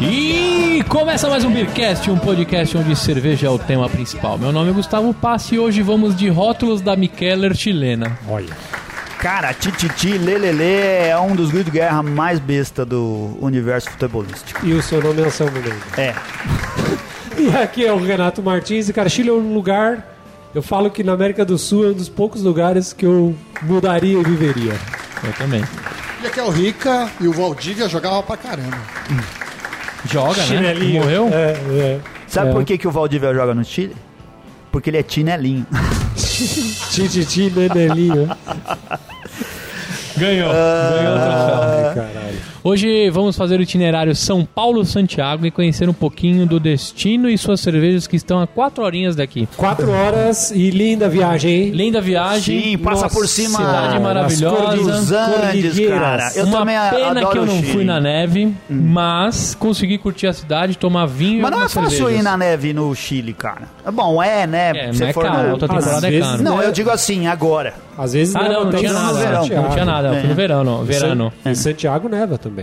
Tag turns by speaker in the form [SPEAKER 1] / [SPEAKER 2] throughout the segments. [SPEAKER 1] E começa mais um Beercast, um podcast onde cerveja é o tema principal. Meu nome é Gustavo Passe e hoje vamos de rótulos da Mikeller chilena.
[SPEAKER 2] Olha.
[SPEAKER 3] Cara, Tititi Lelele é um dos gritos de guerra mais besta do universo futebolístico.
[SPEAKER 2] E o seu nome é Anselmo Leite.
[SPEAKER 3] É.
[SPEAKER 2] E aqui é o Renato Martins. E, cara, Chile é um lugar. Eu falo que na América do Sul é um dos poucos lugares que eu mudaria e viveria.
[SPEAKER 1] Eu também.
[SPEAKER 4] E aqui é o Rica e o Valdívia jogava pra caramba.
[SPEAKER 1] Joga, né? Morreu?
[SPEAKER 2] É, é.
[SPEAKER 3] Sabe
[SPEAKER 2] É.
[SPEAKER 3] por que, que o Valdívia joga no Chile? Porque ele é chinelinho.
[SPEAKER 2] Tititi Nenelinho.
[SPEAKER 1] Ganhou.
[SPEAKER 2] Ai, caralho.
[SPEAKER 1] Ah. Hoje vamos fazer o itinerário São Paulo-Santiago e conhecer um pouquinho do destino e suas cervejas que estão a quatro horinhas daqui.
[SPEAKER 2] Quatro horas e linda viagem, hein?
[SPEAKER 1] Linda viagem.
[SPEAKER 3] Sim, passa
[SPEAKER 1] Nossa,
[SPEAKER 3] por cima
[SPEAKER 1] Cidade
[SPEAKER 3] das dos
[SPEAKER 1] maravilhosa.
[SPEAKER 2] cordilheiras.
[SPEAKER 3] Andes,
[SPEAKER 2] Cordilheiras.
[SPEAKER 3] cara. Eu
[SPEAKER 1] Uma
[SPEAKER 3] também a-
[SPEAKER 1] pena
[SPEAKER 3] adoro
[SPEAKER 1] que eu
[SPEAKER 3] o
[SPEAKER 1] não
[SPEAKER 3] Chile. Hum.
[SPEAKER 1] fui na neve, mas consegui curtir a cidade, tomar vinho
[SPEAKER 3] Mas
[SPEAKER 1] e
[SPEAKER 3] não é
[SPEAKER 1] algumas
[SPEAKER 3] fácil
[SPEAKER 1] cervejas.
[SPEAKER 3] ir na neve no Chile, cara. Bom, é, né?
[SPEAKER 1] É, mas
[SPEAKER 3] Se
[SPEAKER 1] é
[SPEAKER 3] for
[SPEAKER 1] caro,
[SPEAKER 3] na-
[SPEAKER 1] alta
[SPEAKER 2] Às
[SPEAKER 1] temporada é
[SPEAKER 2] vezes
[SPEAKER 1] caro.
[SPEAKER 3] Não, eu digo assim, agora.
[SPEAKER 2] Às vezes
[SPEAKER 1] Ah, não, não
[SPEAKER 2] tanto
[SPEAKER 1] tinha
[SPEAKER 2] no
[SPEAKER 1] nada.
[SPEAKER 3] verão.
[SPEAKER 1] Não tinha nada. Foi no
[SPEAKER 3] É.
[SPEAKER 1] verão, não. Verano.
[SPEAKER 2] Em Santiago neva também.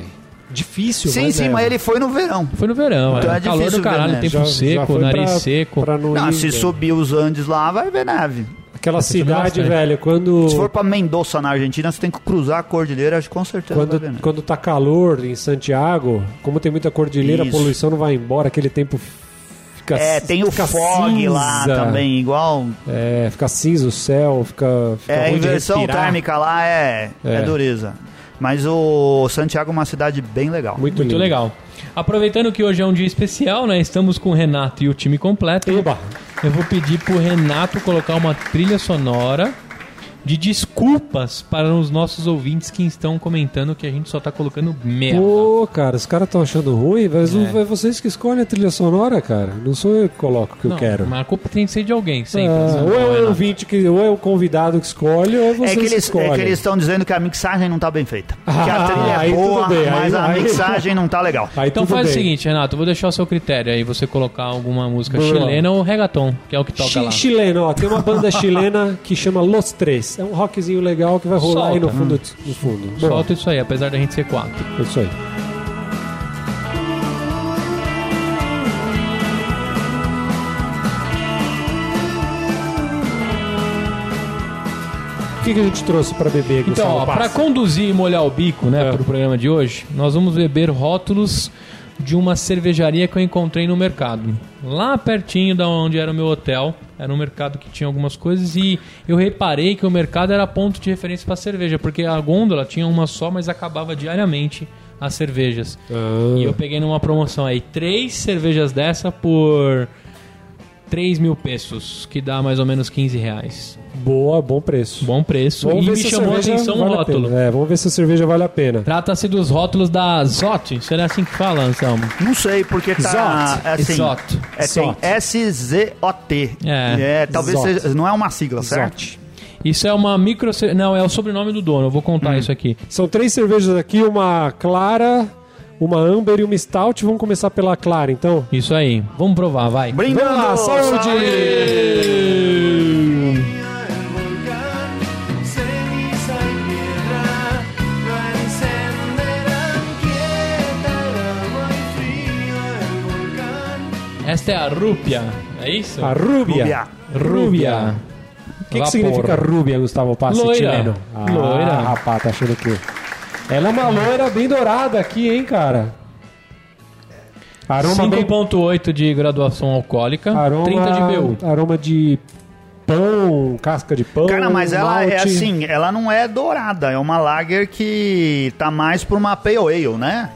[SPEAKER 2] Difícil,
[SPEAKER 3] Sim, sim,
[SPEAKER 2] neva.
[SPEAKER 3] mas ele foi no verão.
[SPEAKER 1] Foi no verão,
[SPEAKER 3] Então
[SPEAKER 1] é.
[SPEAKER 3] é
[SPEAKER 1] calor
[SPEAKER 3] difícil
[SPEAKER 1] do caralho,
[SPEAKER 3] ver, né?
[SPEAKER 1] tempo
[SPEAKER 2] Já- já
[SPEAKER 1] seco,
[SPEAKER 2] foi
[SPEAKER 1] nariz
[SPEAKER 2] pra-
[SPEAKER 1] seco.
[SPEAKER 2] pra não
[SPEAKER 3] Não,
[SPEAKER 2] ir, né?
[SPEAKER 3] se
[SPEAKER 2] velho.
[SPEAKER 3] subir os Andes lá, vai ver neve.
[SPEAKER 2] Aquela cidade,
[SPEAKER 1] bastante.
[SPEAKER 2] velho, quando.
[SPEAKER 3] Se for pra Mendoza, na Argentina, você tem que cruzar a cordilheira, acho que com certeza vai ver
[SPEAKER 2] Quando,
[SPEAKER 3] neve.
[SPEAKER 2] quando tá calor em Santiago, como tem muita cordilheira,
[SPEAKER 3] Isso.
[SPEAKER 2] a poluição não vai embora, aquele tempo fica
[SPEAKER 3] É, tem o
[SPEAKER 2] fica
[SPEAKER 3] fog lá
[SPEAKER 2] cinza.
[SPEAKER 3] também, igual.
[SPEAKER 2] É, fica cinza o céu, fica. fica
[SPEAKER 3] É, a
[SPEAKER 2] ruim de
[SPEAKER 3] inversão
[SPEAKER 2] respirar.
[SPEAKER 3] térmica lá é, é.
[SPEAKER 2] É.
[SPEAKER 3] dureza. Mas o Santiago é uma cidade bem legal.
[SPEAKER 2] Muito,
[SPEAKER 1] Muito
[SPEAKER 2] lindo.
[SPEAKER 1] legal. Aproveitando que hoje é um dia especial, né? Estamos com o Renato e o time completo.
[SPEAKER 2] Eba.
[SPEAKER 1] Eu vou pedir pro Renato colocar uma trilha sonora de desculpas para os nossos ouvintes que estão comentando que a gente só tá colocando merda.
[SPEAKER 2] Pô, cara, os caras estão achando ruim, mas não- é vocês que escolhem a trilha sonora, cara. Não sou eu que coloco o que
[SPEAKER 1] Não,
[SPEAKER 2] eu quero.
[SPEAKER 1] Mas a culpa tem que ser de alguém,
[SPEAKER 2] É,
[SPEAKER 1] sempre. né? não,
[SPEAKER 2] ou é
[SPEAKER 1] Renato.
[SPEAKER 2] o ouvinte que, ou é o convidado que escolhe, ou é vocês
[SPEAKER 3] É que, eles,
[SPEAKER 2] escolhem.
[SPEAKER 3] é que eles estão dizendo que a mixagem não tá bem feita. que a
[SPEAKER 2] Ah,
[SPEAKER 3] trilha é
[SPEAKER 2] aí tudo
[SPEAKER 3] boa,
[SPEAKER 2] bem, aí-
[SPEAKER 3] mas a
[SPEAKER 2] aí-
[SPEAKER 3] mixagem não tá legal.
[SPEAKER 2] Aí
[SPEAKER 1] Então
[SPEAKER 2] tudo
[SPEAKER 1] faz o
[SPEAKER 2] bem.
[SPEAKER 1] seguinte, Renato, vou deixar o seu critério aí, você colocar alguma música
[SPEAKER 2] Boa.
[SPEAKER 1] chilena ou reggaeton, que é o que toca
[SPEAKER 2] Chi-
[SPEAKER 1] lá.
[SPEAKER 2] chileno, ó, tem uma banda chilena que chama Los Tres. É um rockzinho legal que vai rolar aí no
[SPEAKER 1] Solta.
[SPEAKER 2] fundo. No fundo. Bom,
[SPEAKER 1] Solta isso aí, apesar da gente ser quatro.
[SPEAKER 2] é isso aí. O que, que a gente trouxe pra beber,
[SPEAKER 1] Então, ó,
[SPEAKER 2] Gustavo
[SPEAKER 1] para
[SPEAKER 2] Passa? É.
[SPEAKER 1] conduzir e molhar o bico, né, para o programa de hoje, nós vamos beber rótulos de uma cervejaria que eu encontrei no mercado. Lá pertinho da onde era o meu hotel, era um mercado que tinha algumas coisas e eu reparei que o mercado era ponto de referência para cerveja, porque a gôndola tinha uma só, mas acabava diariamente as cervejas.
[SPEAKER 2] Ah.
[SPEAKER 1] E eu peguei numa promoção aí três cervejas dessa por 3 mil pesos, que dá mais ou menos 15 reais.
[SPEAKER 2] Boa, bom preço.
[SPEAKER 1] Bom preço.
[SPEAKER 2] Vamos
[SPEAKER 1] e
[SPEAKER 2] ver
[SPEAKER 1] me
[SPEAKER 2] se a
[SPEAKER 1] chamou a
[SPEAKER 2] cerveja
[SPEAKER 1] atenção o
[SPEAKER 2] vale a
[SPEAKER 1] rótulo. Tá
[SPEAKER 2] pena. É, vamos ver se a cerveja vale a pena.
[SPEAKER 1] Trata-se dos rótulos da Zot. Será assim que fala, Anselmo?
[SPEAKER 3] Não sei, porque tá.
[SPEAKER 2] Zot.
[SPEAKER 3] é assim,
[SPEAKER 1] Zot.
[SPEAKER 3] É, tem
[SPEAKER 2] Zot.
[SPEAKER 3] S-Z-O-T.
[SPEAKER 1] É.
[SPEAKER 3] talvez
[SPEAKER 2] Zot.
[SPEAKER 3] seja. Não é uma sigla, certo?
[SPEAKER 2] Exato.
[SPEAKER 1] Isso é uma micro... Não, é o sobrenome do dono. Eu vou
[SPEAKER 2] Hum.
[SPEAKER 1] contar isso aqui.
[SPEAKER 2] São três cervejas aqui, uma clara, uma amber e uma stout. Vamos começar pela clara, então.
[SPEAKER 1] Isso aí. Vamos provar, vai.
[SPEAKER 3] Brindando!
[SPEAKER 2] Vamos lá, saúde!
[SPEAKER 5] Ceniza y piedra lo encenderán, quieta el agua e frío el volcán.
[SPEAKER 1] Esta é a Rúpia. É isso?
[SPEAKER 2] A rúbia.
[SPEAKER 3] Rúbia.
[SPEAKER 1] Rúbia.
[SPEAKER 2] O que, que significa rúbia, Gustavo Passi
[SPEAKER 1] Loira.
[SPEAKER 2] chileno?
[SPEAKER 1] Loira.
[SPEAKER 2] Ah, rapaz, tá achando que... Ela é uma loira bem dourada aqui, hein, cara? Aroma bem...
[SPEAKER 1] 5.8 de graduação alcoólica.
[SPEAKER 2] Aroma...
[SPEAKER 1] 30 de BU.
[SPEAKER 2] Aroma de pão, casca de pão,
[SPEAKER 3] Cara, mas ela é
[SPEAKER 2] malte.
[SPEAKER 3] assim, ela não é dourada, é uma lager que tá mais pra uma pale ale, né?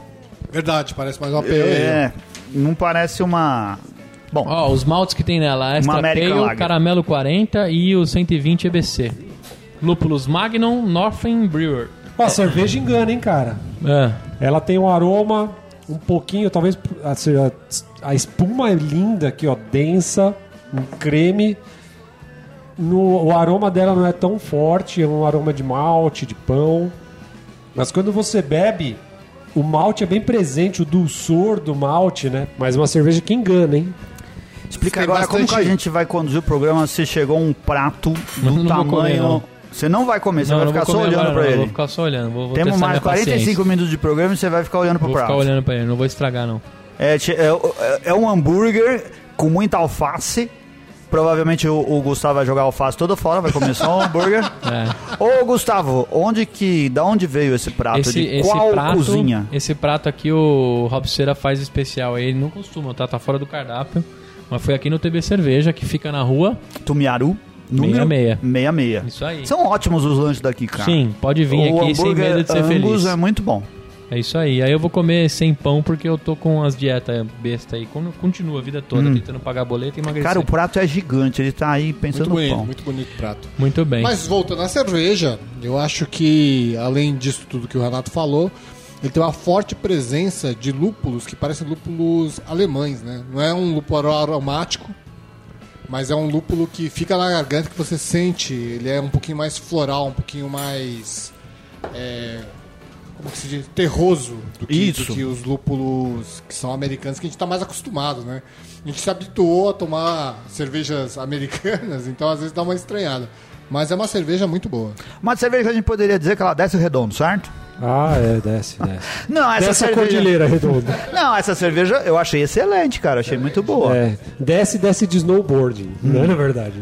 [SPEAKER 4] Verdade, parece mais uma PE.
[SPEAKER 3] É, não parece uma... Bom,
[SPEAKER 1] Ó, os maltes que tem nela. Extra
[SPEAKER 3] American
[SPEAKER 1] Pale,
[SPEAKER 3] Lager.
[SPEAKER 1] Caramelo 40 e o 120 EBC. Lúpulos Magnum, Northern Brewer.
[SPEAKER 2] Ó, a cerveja engana, hein, cara?
[SPEAKER 1] É.
[SPEAKER 2] Ela tem um aroma um pouquinho, talvez assim, a, a- a espuma é linda aqui, ó, densa, um creme. No, o aroma dela não é tão forte, é um aroma de malte, de pão. Mas quando você bebe, o malte é bem presente, o dulçor do malte, né? Mas uma cerveja que engana, hein?
[SPEAKER 3] explica
[SPEAKER 4] tem
[SPEAKER 3] agora como
[SPEAKER 4] bastante-
[SPEAKER 3] que a gente vai conduzir o programa se chegou um prato
[SPEAKER 1] Mas
[SPEAKER 3] do
[SPEAKER 1] eu não vou comer,
[SPEAKER 3] tamanho...
[SPEAKER 1] não.
[SPEAKER 3] Você não vai comer, você vai ficar só
[SPEAKER 1] comer
[SPEAKER 3] olhando
[SPEAKER 1] agora,
[SPEAKER 3] pra
[SPEAKER 1] não.
[SPEAKER 3] ele.
[SPEAKER 1] Vou ficar só olhando. Vou, vou
[SPEAKER 3] Temos
[SPEAKER 1] testar
[SPEAKER 3] mais
[SPEAKER 1] minha
[SPEAKER 3] 45
[SPEAKER 1] paciência.
[SPEAKER 3] minutos de programa e você vai ficar olhando pro
[SPEAKER 1] Vou ficar
[SPEAKER 3] prato.
[SPEAKER 1] olhando pra ele, não vou estragar não.
[SPEAKER 3] É, che- é o- é- é um hambúrguer com muita alface. Provavelmente o, o Gustavo vai jogar alface toda fora, vai comer só um hambúrguer.
[SPEAKER 1] É.
[SPEAKER 3] Ô Gustavo, onde que. Da onde veio esse prato?
[SPEAKER 1] Esse,
[SPEAKER 3] de
[SPEAKER 1] esse
[SPEAKER 3] qual
[SPEAKER 1] prato,
[SPEAKER 3] cozinha?
[SPEAKER 1] Esse prato aqui o Robseira faz especial. Ele não costuma, tá? Tá fora do cardápio. Mas foi aqui no TB Cerveja, que fica na rua.
[SPEAKER 3] Tumiaru, número
[SPEAKER 1] 66.
[SPEAKER 3] 66.
[SPEAKER 1] Isso aí.
[SPEAKER 3] São ótimos os lanches daqui, cara.
[SPEAKER 1] Sim, pode vir
[SPEAKER 3] o
[SPEAKER 1] aqui sem
[SPEAKER 3] hambúrguer
[SPEAKER 1] medo de ser
[SPEAKER 3] Angus
[SPEAKER 1] feliz.
[SPEAKER 3] é muito bom.
[SPEAKER 1] É isso aí. Aí eu vou comer sem pão porque eu tô com as dietas besta aí. Quando- Continua a vida toda tentando pagar boleto e emagrecer.
[SPEAKER 3] Cara, o prato é gigante, ele tá aí pensando
[SPEAKER 4] Muito
[SPEAKER 3] no
[SPEAKER 4] bonito,
[SPEAKER 3] pão.
[SPEAKER 4] muito bonito o prato.
[SPEAKER 1] Muito bem.
[SPEAKER 4] Mas é voltando à cerveja, eu acho que, além disso tudo que o Renato falou, ele tem uma forte presença de lúpulos que parecem lúpulos alemães, né? Não é um lúpulo aromático, mas é um lúpulo que fica na garganta que você sente. Ele é um pouquinho mais floral, um pouquinho mais. é, como que se diz? Terroso do que, do
[SPEAKER 3] Isso.
[SPEAKER 4] que os lúpulos que são americanos, que a gente está mais acostumado, né? A gente se habituou a tomar cervejas americanas, então às vezes dá uma estranhada. Mas é uma cerveja muito boa.
[SPEAKER 3] Uma cerveja que a gente poderia dizer que ela desce o redondo, certo?
[SPEAKER 2] Ah, é, desce, desce.
[SPEAKER 3] Não, essa
[SPEAKER 2] Desce a
[SPEAKER 3] cerveja.
[SPEAKER 2] cordilheira redonda.
[SPEAKER 3] Não, essa cerveja eu achei excelente, cara. Achei muito boa.
[SPEAKER 2] É, desce, desce de snowboarding. Não é na verdade.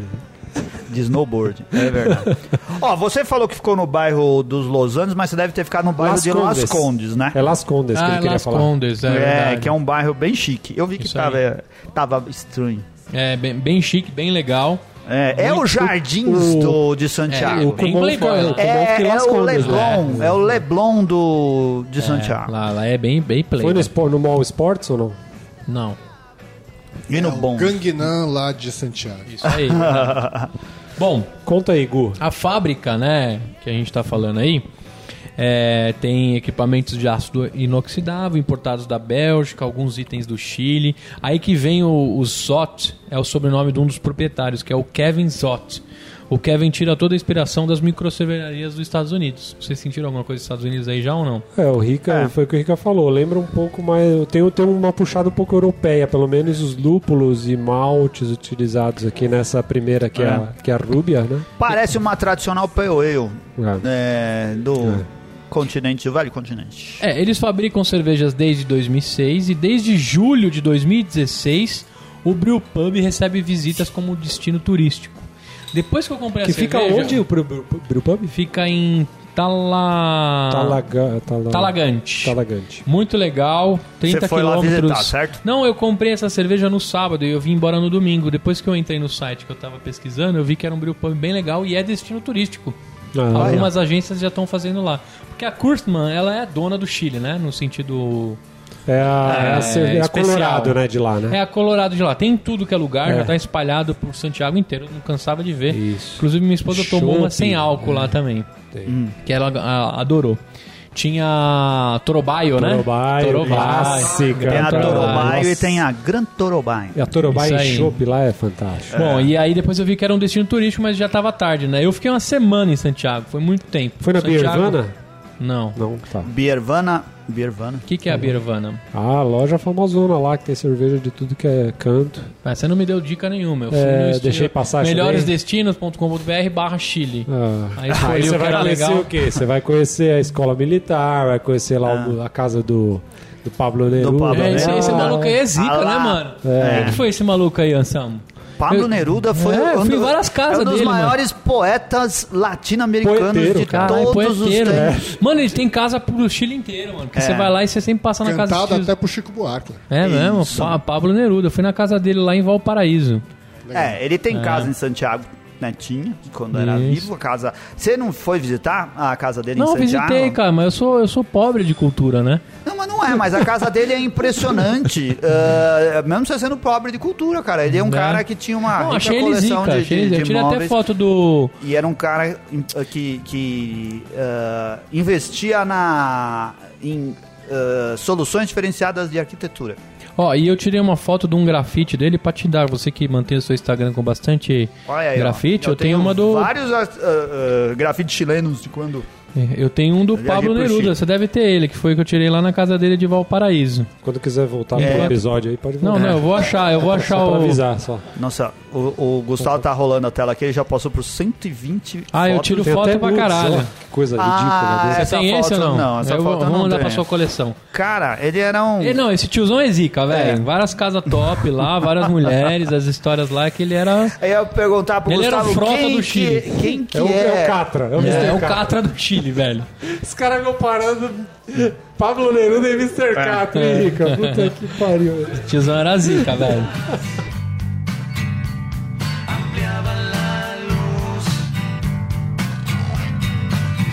[SPEAKER 3] De snowboard. É verdade. Ó, você falou que ficou no bairro dos Los Angeles, mas você deve ter ficado no bairro de Las Condes, né?
[SPEAKER 2] É Las Condes que
[SPEAKER 1] ah,
[SPEAKER 2] ele queria
[SPEAKER 1] Las
[SPEAKER 2] falar.
[SPEAKER 1] Condes, é,
[SPEAKER 3] É,
[SPEAKER 1] verdade.
[SPEAKER 3] que é um bairro bem chique. Eu vi que
[SPEAKER 1] Isso
[SPEAKER 3] tava, tava estranho.
[SPEAKER 1] É, bem, bem chique, bem legal.
[SPEAKER 3] É, é o Jardins
[SPEAKER 2] o-
[SPEAKER 3] do, de
[SPEAKER 1] É,
[SPEAKER 3] Santiago.
[SPEAKER 1] o Tem Playboy lá.
[SPEAKER 2] fica-
[SPEAKER 3] É,
[SPEAKER 2] Kumon fica em
[SPEAKER 3] é
[SPEAKER 2] Las
[SPEAKER 3] o
[SPEAKER 2] Condes, né?
[SPEAKER 3] Leblon, é o Leblon do, de Santiago.
[SPEAKER 1] Lá, lá é bem, bem play.
[SPEAKER 2] Foi no, espo- no Mall Sports ou não?
[SPEAKER 1] Não.
[SPEAKER 3] E no bom.
[SPEAKER 4] Gangnam lá de Santiago.
[SPEAKER 1] Isso aí. né? Bom,
[SPEAKER 2] Conta aí, Gu.
[SPEAKER 1] a fábrica, né, que a gente tá falando aí, é, tem equipamentos de ácido inoxidável importados da Bélgica, alguns itens do Chile. Aí que vem o, o Zot, é o sobrenome de um dos proprietários, que é o Kevin Zot. O Kevin tira toda a inspiração das microcervejarias dos Estados Unidos. Vocês sentiram alguma coisa dos Estados Unidos aí já ou não?
[SPEAKER 2] É, o Rica,
[SPEAKER 3] É.
[SPEAKER 2] foi o que o Rica falou. Lembra um pouco mais. Eu tenho, tenho uma puxada um pouco europeia, pelo menos os lúpulos e maltes utilizados aqui nessa primeira, que é, a, que é a Rúbia, né?
[SPEAKER 3] Parece uma tradicional pale ale
[SPEAKER 2] É.
[SPEAKER 3] é, do continente, do velho continente.
[SPEAKER 1] É, eles fabricam cervejas desde 2006 e desde julho de 2016 o Brew Pub recebe visitas como destino turístico. Depois que eu comprei
[SPEAKER 2] Que
[SPEAKER 1] a cerveja...
[SPEAKER 2] fica onde o Brew- Brew- Brewpub?
[SPEAKER 1] Fica em
[SPEAKER 3] Ah.
[SPEAKER 1] Tala...
[SPEAKER 2] Talaga, tala...
[SPEAKER 1] Talagante.
[SPEAKER 2] Talagante.
[SPEAKER 1] Muito legal, 30
[SPEAKER 3] Você foi lá
[SPEAKER 1] quilômetros.
[SPEAKER 3] visitar, certo?
[SPEAKER 1] Não, eu comprei essa cerveja no sábado e eu vim embora no domingo. Depois que eu entrei no site que eu tava pesquisando, eu vi que era um brewpub bem legal e é destino turístico.
[SPEAKER 2] Ah,
[SPEAKER 1] Algumas agências já estão fazendo lá. Porque a Kurtman, ela é a dona do Chile, né? No sentido
[SPEAKER 2] é a, é a, cerve- é a
[SPEAKER 1] especial.
[SPEAKER 2] Colorado, né? De lá, né?
[SPEAKER 1] É a Colorado de lá. Tem em tudo que é lugar,
[SPEAKER 2] É.
[SPEAKER 1] já tá espalhado por Santiago inteiro, não cansava de ver.
[SPEAKER 2] Isso.
[SPEAKER 1] Inclusive, minha esposa tomou uma
[SPEAKER 2] Chopp,
[SPEAKER 1] sem álcool lá também.
[SPEAKER 2] Tem.
[SPEAKER 1] Que ela a- adorou. Tinha Torobaio, né?
[SPEAKER 2] Torobaio, clássica.
[SPEAKER 1] Gran
[SPEAKER 3] É, Tem a
[SPEAKER 2] Torobaio.
[SPEAKER 3] Torobaio e
[SPEAKER 2] Nossa.
[SPEAKER 3] tem a Gran Torobaio.
[SPEAKER 1] É.
[SPEAKER 2] E a Torobai
[SPEAKER 1] Isso aí.
[SPEAKER 2] Shop lá é fantástico.
[SPEAKER 1] Bom, e aí depois eu vi que era um destino turístico, mas já tava tarde, né? Eu fiquei uma semana em Santiago, foi muito tempo.
[SPEAKER 2] Foi na
[SPEAKER 1] Santiago-
[SPEAKER 2] Birvana?
[SPEAKER 1] Não.
[SPEAKER 2] Não, tá.
[SPEAKER 3] Biervana. Biervana.
[SPEAKER 1] O que, que é a Birvana?
[SPEAKER 2] Ah, a loja famosona lá, que tem cerveja de tudo que é canto.
[SPEAKER 1] Ah, você não me deu dica nenhuma. Eu fui
[SPEAKER 2] É,
[SPEAKER 1] no estilo
[SPEAKER 2] deixei passar, achei
[SPEAKER 1] melhoresdestinos.com.br barra Chile.
[SPEAKER 2] Ah.
[SPEAKER 1] Aí escolhi o que era
[SPEAKER 2] conhecer
[SPEAKER 1] legal.
[SPEAKER 2] o quê? Você vai conhecer a escola militar, vai conhecer lá o- a casa do, do Pablo Neruda.
[SPEAKER 3] Pablo
[SPEAKER 1] É, esse,
[SPEAKER 3] Neruda.
[SPEAKER 1] esse maluco aí é zica,
[SPEAKER 3] Ah lá.
[SPEAKER 1] né, mano?
[SPEAKER 2] Né? É.
[SPEAKER 1] Quem que foi esse maluco aí, Anselmo?
[SPEAKER 3] Pablo
[SPEAKER 1] Eu-
[SPEAKER 3] Neruda foi
[SPEAKER 1] É, eu fui em
[SPEAKER 3] do-
[SPEAKER 1] várias casas
[SPEAKER 3] é um dos
[SPEAKER 1] dele,
[SPEAKER 3] maiores poetas latino-americanos
[SPEAKER 2] Poeteiro,
[SPEAKER 3] de
[SPEAKER 2] cara.
[SPEAKER 1] Caralho,
[SPEAKER 3] todos os
[SPEAKER 1] Tá poeteiro.
[SPEAKER 3] tempos.
[SPEAKER 1] né? Mano, ele tem casa pro Chile inteiro, mano. Que
[SPEAKER 3] É.
[SPEAKER 1] você vai lá e você sempre passa na casa
[SPEAKER 4] Cantado
[SPEAKER 1] dos tios.
[SPEAKER 4] até pro Chico Buarque.
[SPEAKER 1] É mesmo,
[SPEAKER 3] Isso.
[SPEAKER 1] Pa- Pablo Neruda. Eu fui na casa dele lá em Valparaíso.
[SPEAKER 3] É, ele tem casa em Santiago. Né, tinha, quando era
[SPEAKER 1] Isso.
[SPEAKER 3] vivo, a casa. Você não foi visitar a casa dele
[SPEAKER 1] Não,
[SPEAKER 3] em
[SPEAKER 1] eu
[SPEAKER 3] Santiago?
[SPEAKER 1] visitei, cara, mas eu sou, eu sou pobre de cultura, né?
[SPEAKER 3] Não, mas não é, mas a casa dele é impressionante. eh, mesmo você sendo pobre de cultura, cara. Ele é um
[SPEAKER 1] É.
[SPEAKER 3] cara que tinha uma
[SPEAKER 1] Não,
[SPEAKER 3] rica
[SPEAKER 1] achei ele zica.
[SPEAKER 3] coleção de,
[SPEAKER 1] achei ele
[SPEAKER 3] de,
[SPEAKER 1] zica. Eu
[SPEAKER 3] de
[SPEAKER 1] tirei até
[SPEAKER 3] imóveis.
[SPEAKER 1] foto do.
[SPEAKER 3] E era um cara em- que, que eh, investia na, em eh, soluções diferenciadas de arquitetura.
[SPEAKER 1] Ó, e eu tirei uma foto de um grafite dele pra te dar. Você que mantém o seu Instagram com bastante
[SPEAKER 3] Olha aí, ó.
[SPEAKER 1] grafite, eu, tenho uma do.
[SPEAKER 3] Vários ah, ah, ah, grafites chilenos de quando
[SPEAKER 1] Eu tenho um do
[SPEAKER 3] viajei
[SPEAKER 1] Pablo
[SPEAKER 3] pro
[SPEAKER 1] Neruda,
[SPEAKER 3] Chile.
[SPEAKER 1] você deve ter ele, que foi que eu tirei lá na casa dele de Valparaíso.
[SPEAKER 2] Quando quiser voltar
[SPEAKER 3] É.
[SPEAKER 2] pro episódio aí, pode
[SPEAKER 1] Não,
[SPEAKER 2] voltar.
[SPEAKER 1] não, eu vou achar, eu vou achar
[SPEAKER 2] É. Só pra
[SPEAKER 1] o.
[SPEAKER 2] avisar, só.
[SPEAKER 3] Nossa, o, o Gustavo tá rolando a tela aqui, ele já passou por 120
[SPEAKER 1] Ah, eu
[SPEAKER 3] fotos.
[SPEAKER 1] tiro
[SPEAKER 2] Tem
[SPEAKER 1] foto
[SPEAKER 2] até
[SPEAKER 1] pra
[SPEAKER 2] nudes,
[SPEAKER 1] caralho. é
[SPEAKER 2] olha que coisa
[SPEAKER 3] Ah,
[SPEAKER 2] ridícula. né? desse.
[SPEAKER 3] Essa
[SPEAKER 1] tem esse ou
[SPEAKER 3] foto-
[SPEAKER 1] não?
[SPEAKER 3] não, essa
[SPEAKER 1] eu vou,
[SPEAKER 3] foto eu
[SPEAKER 1] vou
[SPEAKER 3] não
[SPEAKER 1] mandar pra
[SPEAKER 3] tenho.
[SPEAKER 1] sua coleção.
[SPEAKER 3] Cara, ele era um...
[SPEAKER 1] Ele, não, esse tiozão é zica, velho.
[SPEAKER 3] É.
[SPEAKER 1] Várias casas top lá, várias mulheres, as histórias lá que ele era.
[SPEAKER 3] Aí eu ia perguntar pro
[SPEAKER 1] Ele era um o
[SPEAKER 3] Gustavo
[SPEAKER 1] Frota
[SPEAKER 3] quem
[SPEAKER 1] do Chile.
[SPEAKER 3] que, quem que
[SPEAKER 2] É o, é o
[SPEAKER 3] é...
[SPEAKER 2] Catra, é o
[SPEAKER 1] É,
[SPEAKER 2] Mr.
[SPEAKER 1] o
[SPEAKER 2] Catra.
[SPEAKER 1] Catra do Chile, velho.
[SPEAKER 2] Os caras me parando Pablo Neruda e Mr. Catra,
[SPEAKER 1] é.
[SPEAKER 2] hein, Rica? Puta que pariu. É
[SPEAKER 1] Tiozão era zica, velho.
[SPEAKER 5] ampliaba la luz.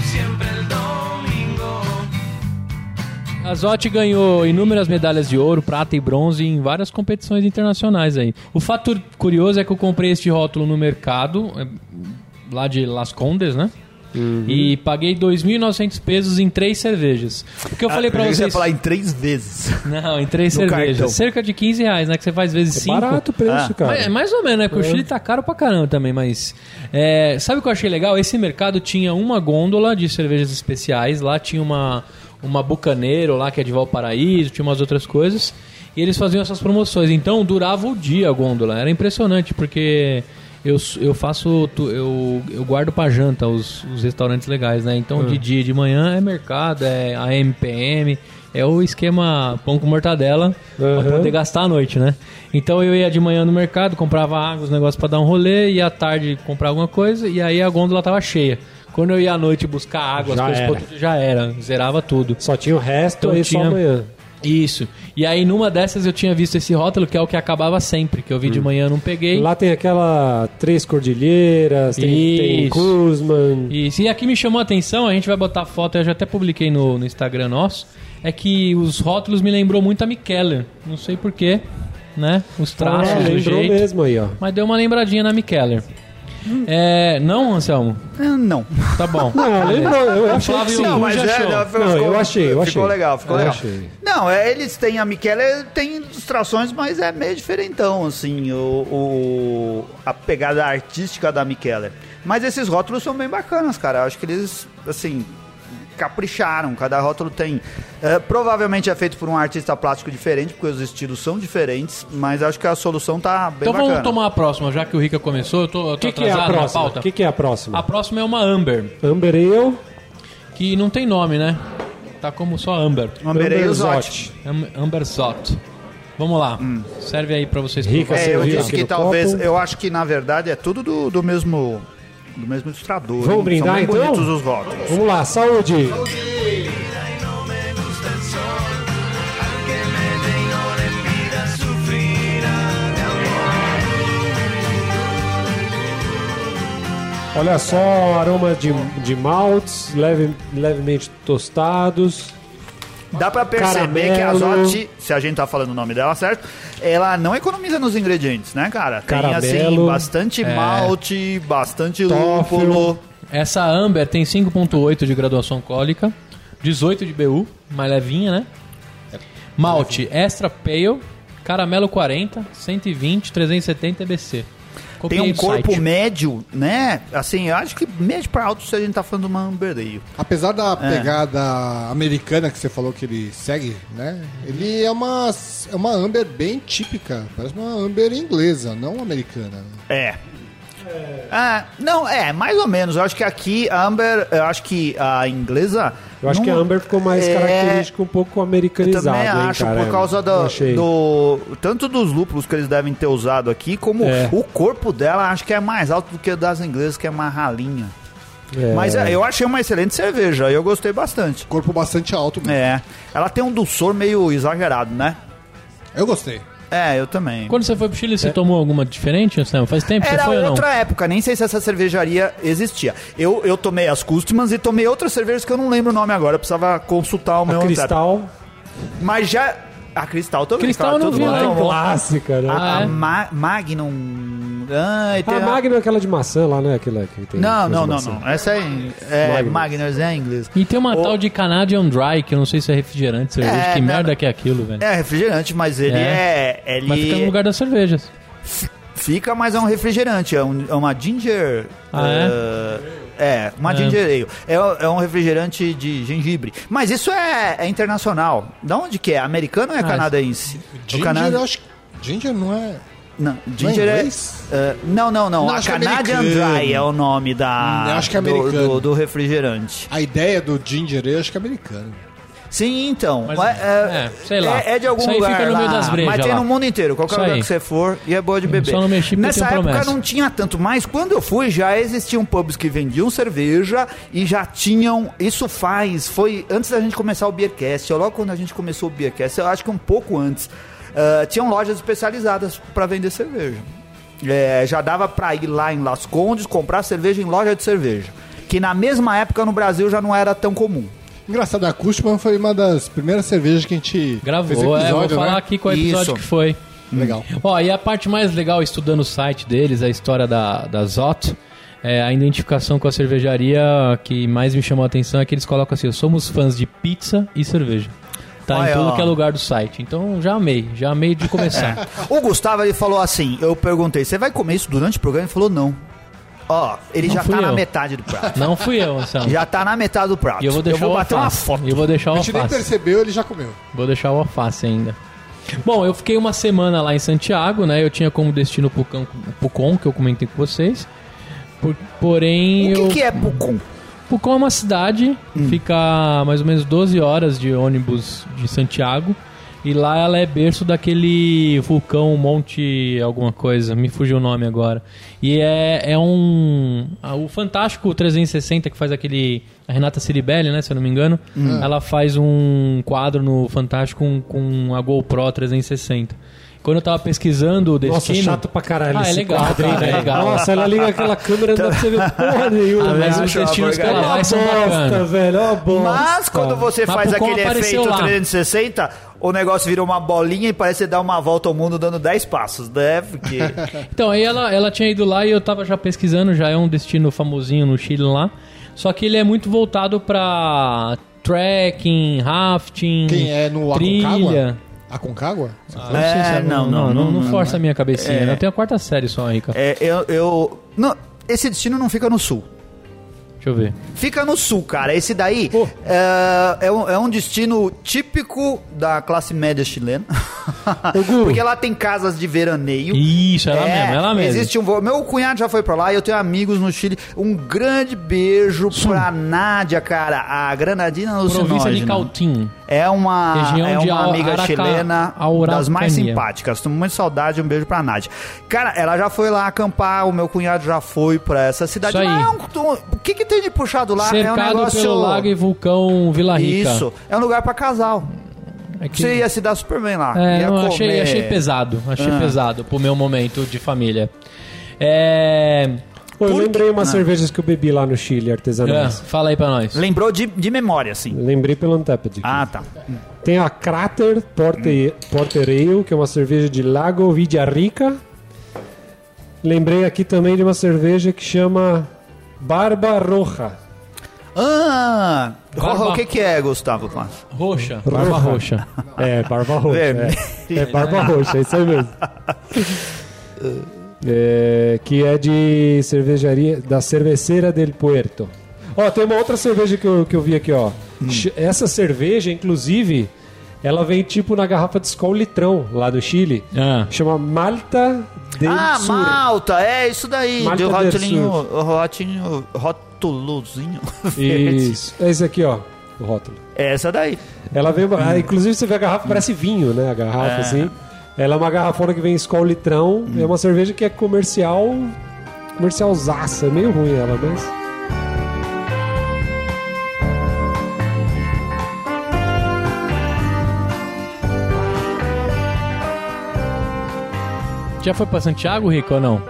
[SPEAKER 5] Siempre el domingo.
[SPEAKER 1] Azotti ganhou inúmeras medalhas de ouro, prata e bronze em várias competições internacionais aí. O fato curioso é que eu comprei este rótulo no mercado, é, lá de Las Condes, né?
[SPEAKER 3] Uhum.
[SPEAKER 1] E paguei 2.900 pesos em três cervejas. O que eu falei pra
[SPEAKER 3] Achei que Ah, Você ia
[SPEAKER 1] vocês?
[SPEAKER 3] falar em três vezes.
[SPEAKER 1] Não, em três
[SPEAKER 3] No
[SPEAKER 1] cervejas.
[SPEAKER 3] cartão. É
[SPEAKER 1] Cerca de 15 reais, né? Que você faz vezes 5.
[SPEAKER 2] Barato o preço,
[SPEAKER 3] Ah.
[SPEAKER 2] cara.
[SPEAKER 1] É, mais ou menos, né? Porque o Chile tá caro pra caramba também, mas. é, sabe o que eu achei legal? Esse mercado tinha uma gôndola de cervejas especiais, lá tinha uma, uma bucaneiro lá que é de Valparaíso, tinha umas outras coisas. E eles faziam essas promoções. Então durava o dia a gôndola. Era impressionante, porque eu, s- eu faço. tu- Eu, eu guardo pra janta os, os restaurantes legais, né? Então de dia e de manhã é mercado, é a MPM. É o esquema pão com mortadela pra
[SPEAKER 2] Aham.
[SPEAKER 1] poder gastar à noite, né? Então eu ia de manhã no mercado, comprava água, os negócios pra dar um rolê, ia à tarde comprar alguma coisa e aí a gôndola tava cheia. Quando eu ia à noite buscar água,
[SPEAKER 2] Já
[SPEAKER 1] as coisas
[SPEAKER 2] era.
[SPEAKER 1] pra outro dia já era, zerava tudo.
[SPEAKER 2] Só tinha o resto
[SPEAKER 1] Então
[SPEAKER 2] aí
[SPEAKER 1] tinha-
[SPEAKER 2] só amanhã.
[SPEAKER 1] Isso. E aí numa dessas eu tinha visto esse rótulo que é o que acabava sempre, que eu vi de manhã, não peguei.
[SPEAKER 2] Hum. Lá tem aquela Três Cordilheiras, tem, tem
[SPEAKER 1] Isso.
[SPEAKER 2] Cruzman.
[SPEAKER 1] Isso. E aqui me chamou a atenção, a gente vai botar foto, eu já até publiquei no, no Instagram nosso, é que os rótulos me lembrou muito a Mikeller. Não sei porquê, né? Os traços,
[SPEAKER 2] Ah,
[SPEAKER 1] o
[SPEAKER 2] lembrou
[SPEAKER 1] jeito.
[SPEAKER 2] mesmo aí, ó.
[SPEAKER 1] Mas deu uma lembradinha na Mikeller. É, não, Anselmo?
[SPEAKER 3] Ah, Não.
[SPEAKER 1] Tá bom.
[SPEAKER 2] Não, Ah, lembrou, eu achei que
[SPEAKER 1] Flávio,
[SPEAKER 2] sim.
[SPEAKER 1] Não,
[SPEAKER 3] mas é,
[SPEAKER 1] já achou?
[SPEAKER 3] não,
[SPEAKER 2] Não, eu achei, eu
[SPEAKER 3] Ficou
[SPEAKER 2] achei.
[SPEAKER 3] legal, ficou
[SPEAKER 2] Eu
[SPEAKER 3] legal.
[SPEAKER 2] achei.
[SPEAKER 3] Não, é, eles têm a Michele, tem ilustrações, mas é meio diferentão, assim, o, o- a pegada artística da Michele. Mas esses rótulos são bem bacanas, cara. Eu acho que eles, assim, capricharam. Cada rótulo tem. é, provavelmente é feito por um artista plástico diferente, porque os estilos são diferentes, mas acho que a solução tá bem
[SPEAKER 1] Então
[SPEAKER 3] bacana.
[SPEAKER 1] vamos tomar a próxima, já que o Rica começou, eu tô, eu
[SPEAKER 2] O
[SPEAKER 1] tô
[SPEAKER 2] que, que é a
[SPEAKER 1] atrasado na
[SPEAKER 2] próxima?
[SPEAKER 1] pauta.
[SPEAKER 2] O que, que é a
[SPEAKER 1] A
[SPEAKER 2] próxima?
[SPEAKER 1] próxima é uma Amber,
[SPEAKER 2] Amber Ale,
[SPEAKER 1] que não tem nome, né? Tá como só Amber.
[SPEAKER 3] Uma Amberei
[SPEAKER 2] Amber
[SPEAKER 3] Zotti.
[SPEAKER 2] Zotti.
[SPEAKER 1] Am- Amber Sot. Vamos lá.
[SPEAKER 3] Hum.
[SPEAKER 1] Serve aí pra vocês.
[SPEAKER 2] Rica,
[SPEAKER 1] provarem.
[SPEAKER 3] É, eu
[SPEAKER 2] Cerveja
[SPEAKER 3] disse
[SPEAKER 2] aqui
[SPEAKER 3] que
[SPEAKER 2] no
[SPEAKER 3] talvez,
[SPEAKER 2] copo.
[SPEAKER 3] eu acho que na verdade é tudo do, do mesmo do mesmo ilustrador.
[SPEAKER 2] Vamos
[SPEAKER 3] hein?
[SPEAKER 2] brindar,
[SPEAKER 3] São bem
[SPEAKER 2] então?
[SPEAKER 3] bonitos os rótulos.
[SPEAKER 2] Vamos lá, saúde. Olha só, aroma de, de maltes, leve, levemente tostados.
[SPEAKER 3] Dá pra perceber
[SPEAKER 2] Caramelo.
[SPEAKER 3] que a Zotti, se a gente tá falando o nome dela certo, ela não economiza nos ingredientes, né, cara? Tem assim
[SPEAKER 2] Caramelo. é.
[SPEAKER 3] bastante malte, bastante
[SPEAKER 2] Tófilo.
[SPEAKER 3] lúpulo.
[SPEAKER 1] Essa Amber tem 5.8 de graduação alcoólica, 18 de BU, mais levinha, né? Malte extra pale, caramelo 40, 120, 370 EBC.
[SPEAKER 3] Tem
[SPEAKER 1] Copiei
[SPEAKER 3] um
[SPEAKER 1] do
[SPEAKER 3] corpo
[SPEAKER 1] site.
[SPEAKER 3] médio, né? Assim, eu acho que médio pra alto se a gente tá falando de uma ambereio.
[SPEAKER 4] Apesar
[SPEAKER 3] É.
[SPEAKER 4] da pegada americana que você falou que ele segue, né? Ele é uma, é uma amber bem típica. Parece uma amber inglesa, não americana.
[SPEAKER 3] É. Ah, não, é, mais ou menos. Eu acho que aqui a Amber, eu acho que a inglesa.
[SPEAKER 2] Eu acho
[SPEAKER 3] não-
[SPEAKER 2] que a Amber ficou mais
[SPEAKER 3] É,
[SPEAKER 2] característica, um pouco
[SPEAKER 3] Eu
[SPEAKER 2] americanizada.
[SPEAKER 3] também
[SPEAKER 2] hein,
[SPEAKER 3] acho,
[SPEAKER 2] cara?
[SPEAKER 3] por causa
[SPEAKER 2] Eu
[SPEAKER 3] do,
[SPEAKER 2] achei.
[SPEAKER 3] do- Tanto dos lúpulos que eles devem ter usado aqui, como
[SPEAKER 2] É.
[SPEAKER 3] o corpo dela, acho que é mais alto do que o das inglesas, que é uma ralinha.
[SPEAKER 2] É.
[SPEAKER 3] Mas é, eu achei uma excelente cerveja, eu gostei bastante.
[SPEAKER 4] Corpo bastante alto. mesmo.
[SPEAKER 3] É. Ela tem um dulçor meio exagerado, né?
[SPEAKER 4] Eu gostei.
[SPEAKER 3] É, eu também.
[SPEAKER 1] Quando você foi pro Chile, você tomou alguma diferente, Anselmo? Faz tempo que você
[SPEAKER 3] É. Era
[SPEAKER 1] foi ou não?
[SPEAKER 3] outra época, nem sei se essa cervejaria existia. Eu, eu tomei as Customans e tomei outras cervejas que eu não lembro o nome agora, eu precisava consultar o meu
[SPEAKER 2] A
[SPEAKER 3] ancestro.
[SPEAKER 2] Cristal
[SPEAKER 3] Mas já. A Cristal também.
[SPEAKER 1] Cristal
[SPEAKER 3] claro,
[SPEAKER 1] eu não
[SPEAKER 3] todo
[SPEAKER 1] vi
[SPEAKER 3] mundo
[SPEAKER 1] lá,
[SPEAKER 3] tomou.
[SPEAKER 2] é clássica, né?
[SPEAKER 1] Ah,
[SPEAKER 3] A, a
[SPEAKER 1] é?
[SPEAKER 3] Ma- Magnum. Ah, e tem
[SPEAKER 2] A Magno é aquela de maçã lá, né? Aquela que tem
[SPEAKER 3] Não, não, não,
[SPEAKER 2] coisa de maçã.
[SPEAKER 3] não. Essa é, em- é
[SPEAKER 2] Magnum.
[SPEAKER 3] Magnus, é em inglês.
[SPEAKER 1] E tem uma
[SPEAKER 3] O-
[SPEAKER 1] tal de Canadian Dry, que eu não sei se é refrigerante, cerveja.
[SPEAKER 3] É,
[SPEAKER 1] que
[SPEAKER 3] não,
[SPEAKER 1] merda
[SPEAKER 3] não.
[SPEAKER 1] que é aquilo, velho.
[SPEAKER 3] É refrigerante, mas ele é. ele
[SPEAKER 1] Mas fica no lugar das cervejas.
[SPEAKER 3] Fica, mas é um refrigerante. É, um- é uma ginger.
[SPEAKER 1] Ah,
[SPEAKER 3] é? é, uma ginger ale. É, é um refrigerante de gengibre. Mas isso é, é internacional. Da onde que é? Americano ou é
[SPEAKER 1] Ah,
[SPEAKER 3] canadense?
[SPEAKER 4] Ginger,
[SPEAKER 3] o cana-
[SPEAKER 4] eu acho que... Ginger não é...
[SPEAKER 3] Não, ginger é.
[SPEAKER 4] inglês?
[SPEAKER 3] é, não, não, não.
[SPEAKER 4] Não,
[SPEAKER 3] a
[SPEAKER 4] acho que é
[SPEAKER 3] Canadian
[SPEAKER 4] americano.
[SPEAKER 3] Dry é o nome da,
[SPEAKER 4] Hum, eu acho que é
[SPEAKER 3] do,
[SPEAKER 4] americano.
[SPEAKER 3] do- do refrigerante.
[SPEAKER 4] A ideia do ginger, eu acho que é americano.
[SPEAKER 3] Sim, então.
[SPEAKER 1] Mas,
[SPEAKER 3] mas, é,
[SPEAKER 1] é, sei lá.
[SPEAKER 3] É, é de algum
[SPEAKER 1] Isso aí
[SPEAKER 3] lugar.
[SPEAKER 1] fica no meio
[SPEAKER 3] lá,
[SPEAKER 1] das brejas
[SPEAKER 3] Mas tem
[SPEAKER 1] lá.
[SPEAKER 3] no mundo inteiro, qualquer
[SPEAKER 1] Isso
[SPEAKER 3] lugar
[SPEAKER 1] aí.
[SPEAKER 3] que você for e é boa de beber.
[SPEAKER 1] Só não mexi porque
[SPEAKER 3] Nessa
[SPEAKER 1] tem um
[SPEAKER 3] época
[SPEAKER 1] promessa.
[SPEAKER 3] não tinha tanto, mas quando eu fui já existiam pubs que vendiam cerveja e já tinham. Isso faz. Foi antes da gente começar o Beercast, logo quando a gente começou o Beercast, eu acho que um pouco antes. ah, tinham lojas especializadas para vender cerveja. É, já dava para ir lá em Las Condes comprar cerveja em loja de cerveja. Que na mesma época no Brasil já não era tão comum.
[SPEAKER 4] Engraçado, a Cushman foi uma das primeiras cervejas que a gente
[SPEAKER 1] Gravou,
[SPEAKER 4] fez episódio,
[SPEAKER 1] é, vou falar
[SPEAKER 4] né?
[SPEAKER 1] aqui Hum, qual episódio
[SPEAKER 3] Isso.
[SPEAKER 1] que foi.
[SPEAKER 4] Legal.
[SPEAKER 1] Ó, e a parte mais legal estudando o site deles, a história da, da Zot, é, a identificação com a cervejaria que mais me chamou a atenção é que eles colocam assim: somos fãs de pizza e cerveja. Tá
[SPEAKER 3] Olha,
[SPEAKER 1] em tudo
[SPEAKER 3] ó.
[SPEAKER 1] que é lugar do site. Então já amei, já amei de começar.
[SPEAKER 3] O Gustavo ele falou assim: eu perguntei, você vai comer isso durante o programa? Ele falou, não. Ó, ele
[SPEAKER 1] Não
[SPEAKER 3] já
[SPEAKER 1] fui
[SPEAKER 3] tá na
[SPEAKER 1] eu.
[SPEAKER 3] metade do prato.
[SPEAKER 1] Não fui eu, Anselmo.
[SPEAKER 3] já tá na metade do prato.
[SPEAKER 1] E eu vou deixar o
[SPEAKER 3] bater uma
[SPEAKER 1] alface.
[SPEAKER 3] foto.
[SPEAKER 1] E eu vou deixar o
[SPEAKER 4] A gente nem
[SPEAKER 1] alface.
[SPEAKER 4] percebeu, ele já comeu.
[SPEAKER 1] Vou deixar o alface ainda. Bom, eu fiquei uma semana lá em Santiago, né? Eu tinha como destino o Pucão- Pucon, que eu comentei com vocês. Por- porém,
[SPEAKER 3] O
[SPEAKER 1] eu...
[SPEAKER 3] que, que é Pucum?
[SPEAKER 1] Pucon é uma cidade, fica a mais ou menos 12 horas de ônibus de Santiago. E lá ela é berço daquele vulcão Monte alguma coisa, me fugiu o nome agora. E é, é um... ah, O Fantástico 360 que faz aquele... A Renata Ciribelli, né, se eu não me engano. Ela faz um quadro no Fantástico com, com a GoPro 360. Quando eu tava pesquisando o
[SPEAKER 2] Nossa,
[SPEAKER 1] destino...
[SPEAKER 2] chato pra caralho
[SPEAKER 1] Ah, é
[SPEAKER 2] esse
[SPEAKER 1] legal,
[SPEAKER 2] quadro, hein,
[SPEAKER 1] cara, é
[SPEAKER 2] velho?
[SPEAKER 1] legal.
[SPEAKER 2] Nossa, ela liga aquela câmera, não dá pra você ver porra nenhuma.
[SPEAKER 1] Ah, mas
[SPEAKER 2] velho.
[SPEAKER 1] os
[SPEAKER 3] Acho uma
[SPEAKER 1] destinos que ela
[SPEAKER 3] porcaria.
[SPEAKER 1] vai
[SPEAKER 2] Olha
[SPEAKER 1] são
[SPEAKER 2] a bosta,
[SPEAKER 1] bacanas.
[SPEAKER 2] velho, olha a bosta.
[SPEAKER 3] Mas quando você
[SPEAKER 1] Mas
[SPEAKER 3] faz
[SPEAKER 1] Pucum
[SPEAKER 3] aquele
[SPEAKER 1] apareceu
[SPEAKER 3] efeito
[SPEAKER 1] lá.
[SPEAKER 3] 360, o negócio vira uma bolinha e parece que dá uma volta ao mundo dando 10 passos, né? Porque.
[SPEAKER 1] Então, aí ela, ela tinha ido lá e eu tava já pesquisando, já é um destino famosinho no Chile lá. Só que ele é muito voltado pra trekking, rafting,
[SPEAKER 4] Quem é no
[SPEAKER 1] trilha. Ah,
[SPEAKER 4] Aconcagua? Aconcagua?
[SPEAKER 1] Não sei se
[SPEAKER 3] É, não, não, não, não,
[SPEAKER 1] força a minha cabecinha. né?
[SPEAKER 3] É.
[SPEAKER 1] Eu tenho a quarta série só aí, cara.
[SPEAKER 3] é, eu. eu- não, esse destino não fica no sul.
[SPEAKER 1] Deixa eu ver.
[SPEAKER 3] Fica no sul, cara. Esse daí é, é um, é um destino típico da classe média chilena.
[SPEAKER 2] Gu.
[SPEAKER 3] Porque lá tem casas de veraneio.
[SPEAKER 1] Isso, ela
[SPEAKER 3] É,
[SPEAKER 1] mesmo, ela mesmo.
[SPEAKER 3] Existe um voo. Meu cunhado já foi pra lá e eu tenho amigos no Chile. Um grande beijo pra Nádia, cara. A Granadina
[SPEAKER 1] Província de
[SPEAKER 3] Alucinógena.
[SPEAKER 1] Cautim.
[SPEAKER 3] É uma,
[SPEAKER 1] Região
[SPEAKER 3] é
[SPEAKER 1] de
[SPEAKER 3] uma
[SPEAKER 1] Au-
[SPEAKER 3] amiga
[SPEAKER 1] Araca-
[SPEAKER 3] chilena
[SPEAKER 1] Araucania.
[SPEAKER 3] das mais simpáticas. Tô muito saudade, um beijo pra Nádia. Cara, ela já foi lá acampar, o meu cunhado já foi pra essa cidade.
[SPEAKER 1] Isso aí.
[SPEAKER 3] Mas é um- um- o que, que tem de puxado lá?
[SPEAKER 1] cercado
[SPEAKER 3] é um negócio...
[SPEAKER 1] pelo lago e vulcão Vila Rica.
[SPEAKER 3] Isso, é um lugar pra casal.
[SPEAKER 1] É que-
[SPEAKER 3] Você ia se dar super bem lá.
[SPEAKER 1] É,
[SPEAKER 3] ia
[SPEAKER 1] não, achei,
[SPEAKER 3] comer. Ah.
[SPEAKER 1] achei pesado. Achei pesado pro meu momento de família. É...
[SPEAKER 2] Pô, eu
[SPEAKER 3] Por
[SPEAKER 2] lembrei
[SPEAKER 3] quê?
[SPEAKER 2] umas
[SPEAKER 3] Ah.
[SPEAKER 2] cervejas que eu bebi lá no Chile,
[SPEAKER 1] é,
[SPEAKER 2] artesanais.
[SPEAKER 1] fala aí pra nós.
[SPEAKER 3] Lembrou de, de memória, assim.
[SPEAKER 2] Lembrei pelo Untapped.
[SPEAKER 3] Ah, Hum. tá.
[SPEAKER 2] Tem a Crater Porte, Porter Ale, que é uma cerveja de Lago Villarrica. Lembrei aqui também de uma cerveja que chama Barba Roja.
[SPEAKER 3] Ah!
[SPEAKER 1] Barba-
[SPEAKER 3] O que, que é, Gustavo? Class?
[SPEAKER 1] Roxa, barba roxa.
[SPEAKER 2] É, Barba Roja.
[SPEAKER 3] Vermelho.
[SPEAKER 2] É, É Barba Roja, é isso aí mesmo. É, que é de cervejaria, da Cerveceira del Puerto. Ó, tem uma outra cerveja que eu, que eu vi aqui, ó. Ch- Essa cerveja, inclusive, ela vem tipo na garrafa de Skol litrão, lá do Chile.
[SPEAKER 1] Ah.
[SPEAKER 2] Chama Malta del
[SPEAKER 3] Ah,
[SPEAKER 2] Sur.
[SPEAKER 3] Malta, é isso daí.
[SPEAKER 2] Malta
[SPEAKER 3] Deu
[SPEAKER 2] del
[SPEAKER 3] rotulinho, rotinho, rotulozinho. verde.
[SPEAKER 2] Isso. É esse aqui, ó, o rótulo.
[SPEAKER 3] É Essa daí.
[SPEAKER 2] Ela vem, ah, inclusive você vê a garrafa, parece vinho, né? A garrafa, assim. Ela é uma garrafona que vem Skol litrão. É uma cerveja que é comercial, comercialzaça. É meio ruim ela, mas...
[SPEAKER 1] Já foi pra Santiago, Rico, ou não?